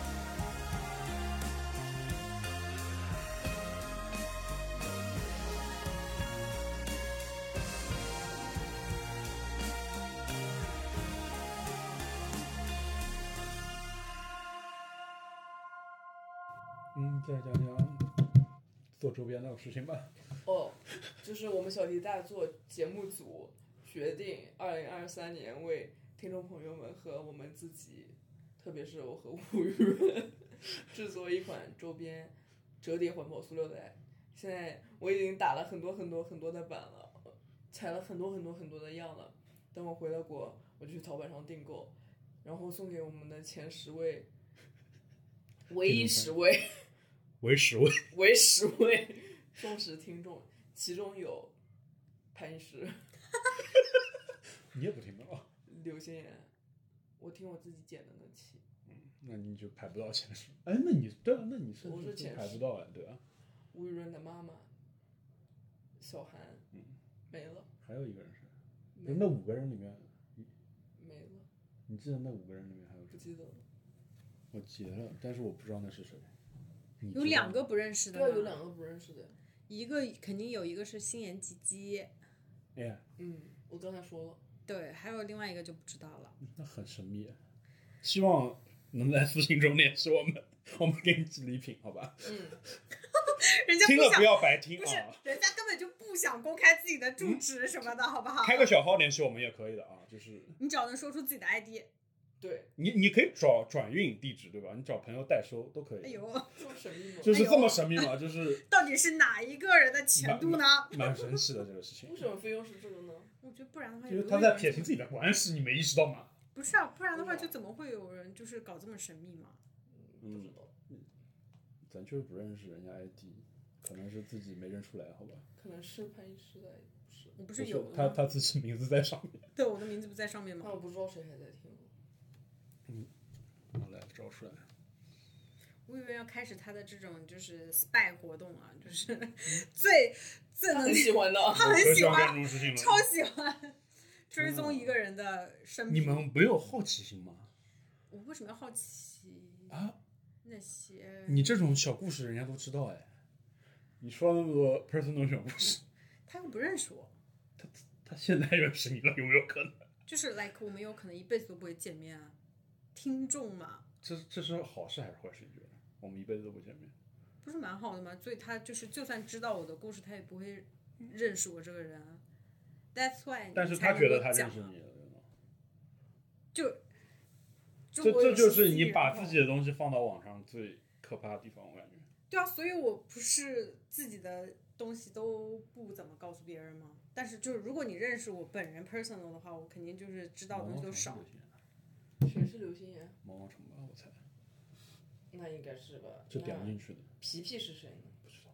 B: 嗯，再讲讲做周边的事情吧。嗯
C: 哦，就是我们小题大做节目组决定，二零二三年为听众朋友们和我们自己，特别是我和吴雨润，制作一款周边折叠环保塑料袋。现在我已经打了很多很多很多的版了，采了很多很多很多的样了。等我回了国，我就去淘宝上订购，然后送给我们的前十位，唯一十位，
B: 为实位，
C: 为十位忠实听众，其中有潘石、
B: 你也不听啊到，
C: 刘欣然，我听我自己剪的那期，
B: 那你就排不到前十。哎，那你对啊，那你是
C: 我是前十
B: 排不到哎，对吧？
C: 吴雨润的妈妈，小韩
B: 嗯，
C: 没了，
B: 还有一个人是，不是
C: 没了，
B: 那五个人里面，
C: 没了，
B: 你记得那五个人里面还有谁？
C: 不记得了。
B: 我截了，但是我不知道那是谁。你
F: 有
B: 知道
F: 两
B: 吗
F: 个不认识的
C: 对啊，有
F: 吗
C: 两个不认识的。
F: 一个肯定有一个是心妍吉吉，
B: 哎，
C: 嗯，我刚才说了，
F: 对，还有另外一个就不知道了。
B: 那很神秘。啊希望能在私信中联系我们，我们给你寄礼品，好吧？
C: 嗯，
A: 人家
B: 听
A: 不
B: 了
A: 想
B: 不，要白听
A: 不是
B: 啊！
A: 人家根本就不想公开自己的住址什么的，好不好？
B: 嗯开个小号联系我们也可以的啊，就是
A: 你只要能说出自己的 ID，
C: 对，
B: 你你可以找转运地址对吧？你找朋友代收都可以。
A: 哎呦，
C: 这么神秘吗？
B: 就是这么神秘吗？就是
A: 到底是哪一个人的前度呢？
B: 蛮神奇的这个事情
C: 为。什么非要是这个呢？
A: 哎我觉得不然的话，
B: 就是他在撇清自己的关系，你没意识到吗？
A: 不是啊，不然的话
C: 对啊
A: 就怎么会有人就是搞这么神秘嘛？
C: 不知道，
B: 咱就是不认识人家 ID，可能是自己没认出来，好吧？
C: 可能是潘一师在，不是。
A: 你不
B: 不
A: 是有
B: 他
A: 的吗？
B: 他自己名字在上面。
A: 对，我的名字不在上面
C: 但
A: 吗？
C: 我不知道谁还在听。
B: 我来找出来。
A: 我以为要开始他的这种就是 spy 活动啊，就是 最最能
C: 很喜欢的，
A: 他很喜欢，
B: 这种事情 了。
A: 超喜欢追踪一个人的生
B: 你
A: 命。
B: 们没有好奇心吗？
A: 我为什么要好奇
B: 啊，
A: 那些？
B: 你这种小故事人家都知道哎。你说那么多 personal 小故事，
A: 他又不认识我，
B: 他现在认识你了，有没有可能？
A: 就是 like 我们有可能一辈子都不会见面啊。听众嘛，
B: 这这是好事还是坏事？你觉得？我们一辈子都不见面。
A: 不是蛮好的嘛，所以他就是就算知道我的故事，他也不会认识我这个人啊。That's why，
B: 但
A: 你
B: 是
A: 才
B: 他觉得
A: 能
B: 他
A: 讲
B: 认识
A: 啊
B: 你了，对吗
A: 就
B: 这
A: 我
B: 这
A: 有
B: 就是
A: 信息
B: 你
A: 人
B: 把
A: 嘛
B: 自己的东西放到网上最可怕的地方，我感觉。
A: 对啊，所以我不是自己的东西都不怎么告诉别人吗？但是就是如果你认识我本人 personal 的话，我肯定就是知道的
B: 哦
A: 东西都少。
C: 谁是刘心妍？
B: 毛毛虫吧，我猜。
C: 那应该是吧。
B: 这点
C: 那
B: 进去的，
C: 皮皮是谁呢？
B: 不知道。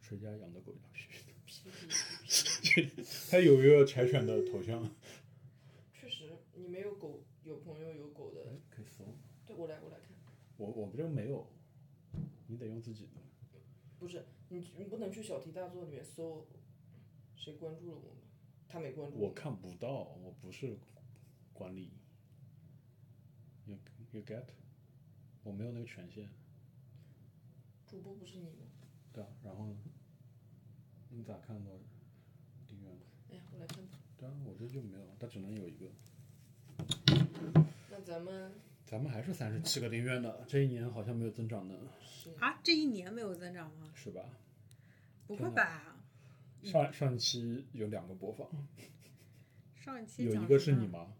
B: 谁家养的狗叫皮皮？
C: 皮皮，皮皮
B: 它有一个柴犬的头像，
C: 确实，你没有狗，有朋友有狗的。
B: 哎可以搜。
C: 对我来，我来看。
B: 我我不就没有，你得用自己的。
C: 不是你，你不能去小题大做里面搜，谁关注了我们？他没关注
B: 我
C: 你
B: 看不到，我不是管理。You you get？我没有那个权限，
C: 主播不是你吗？
B: 对啊。然后呢你咋看到订阅呢？
C: 哎呀，我来看吧。
B: 对啊，我这就没有，它只能有一个。
C: 那咱们
B: 咱们还是三十七个订阅呢，这一年好像没有增长呢，
C: 是
A: 啊，这一年没有增长吗？
B: 是吧？
A: 不
B: 天
A: 会
B: 哪
A: 吧？
B: 上上一期有两个播放，
A: 上一期
B: 有
A: 讲
B: 一个
A: 什
B: 是
A: 么
B: 你
A: 了，
B: 吗？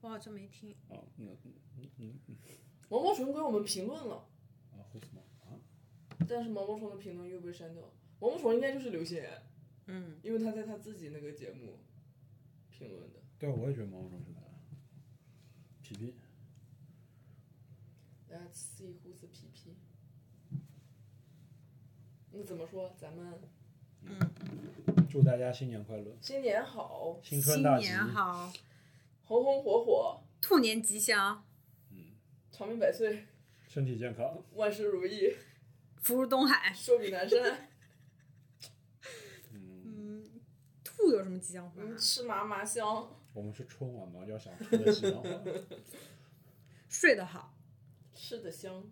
A: 我好像没听。
B: 啊，那
C: 毛毛虫归我们评论了，
B: 啊，为什么啊？
C: 但是毛毛虫的评论又被删掉了。毛毛虫应该就是刘欣然，
A: 嗯，
C: 因为哎他在他自己那个节目评论的。
B: 对啊，我也觉得毛毛虫是他。皮皮，
C: Let's see who's 皮皮。那怎么说？咱们
B: 祝大家新年快乐，
C: 新年好，
B: 新春大吉，
A: 新年好，
C: 红红火火，
A: 兔年吉祥，
C: 长命百岁，
B: 身体健康，
C: 万事如意，
A: 福如东海。
C: 寿比南山。
B: 嗯，
A: 嗯，兔有什么吉祥话啊？
C: 嗯，吃嘛嘛香，
B: 我们是春晚嘛，要想出的吉 祥话，
A: 睡得好，
C: 吃的香。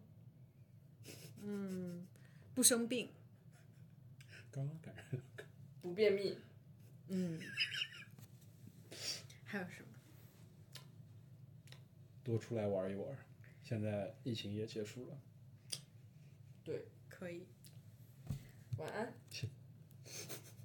A: 嗯，不生病，
B: 刚刚感染
C: 不便秘，
A: 嗯， 还有什么？
B: 多出来玩一玩。现在疫情也结束了，
A: 可以。
C: 晚安。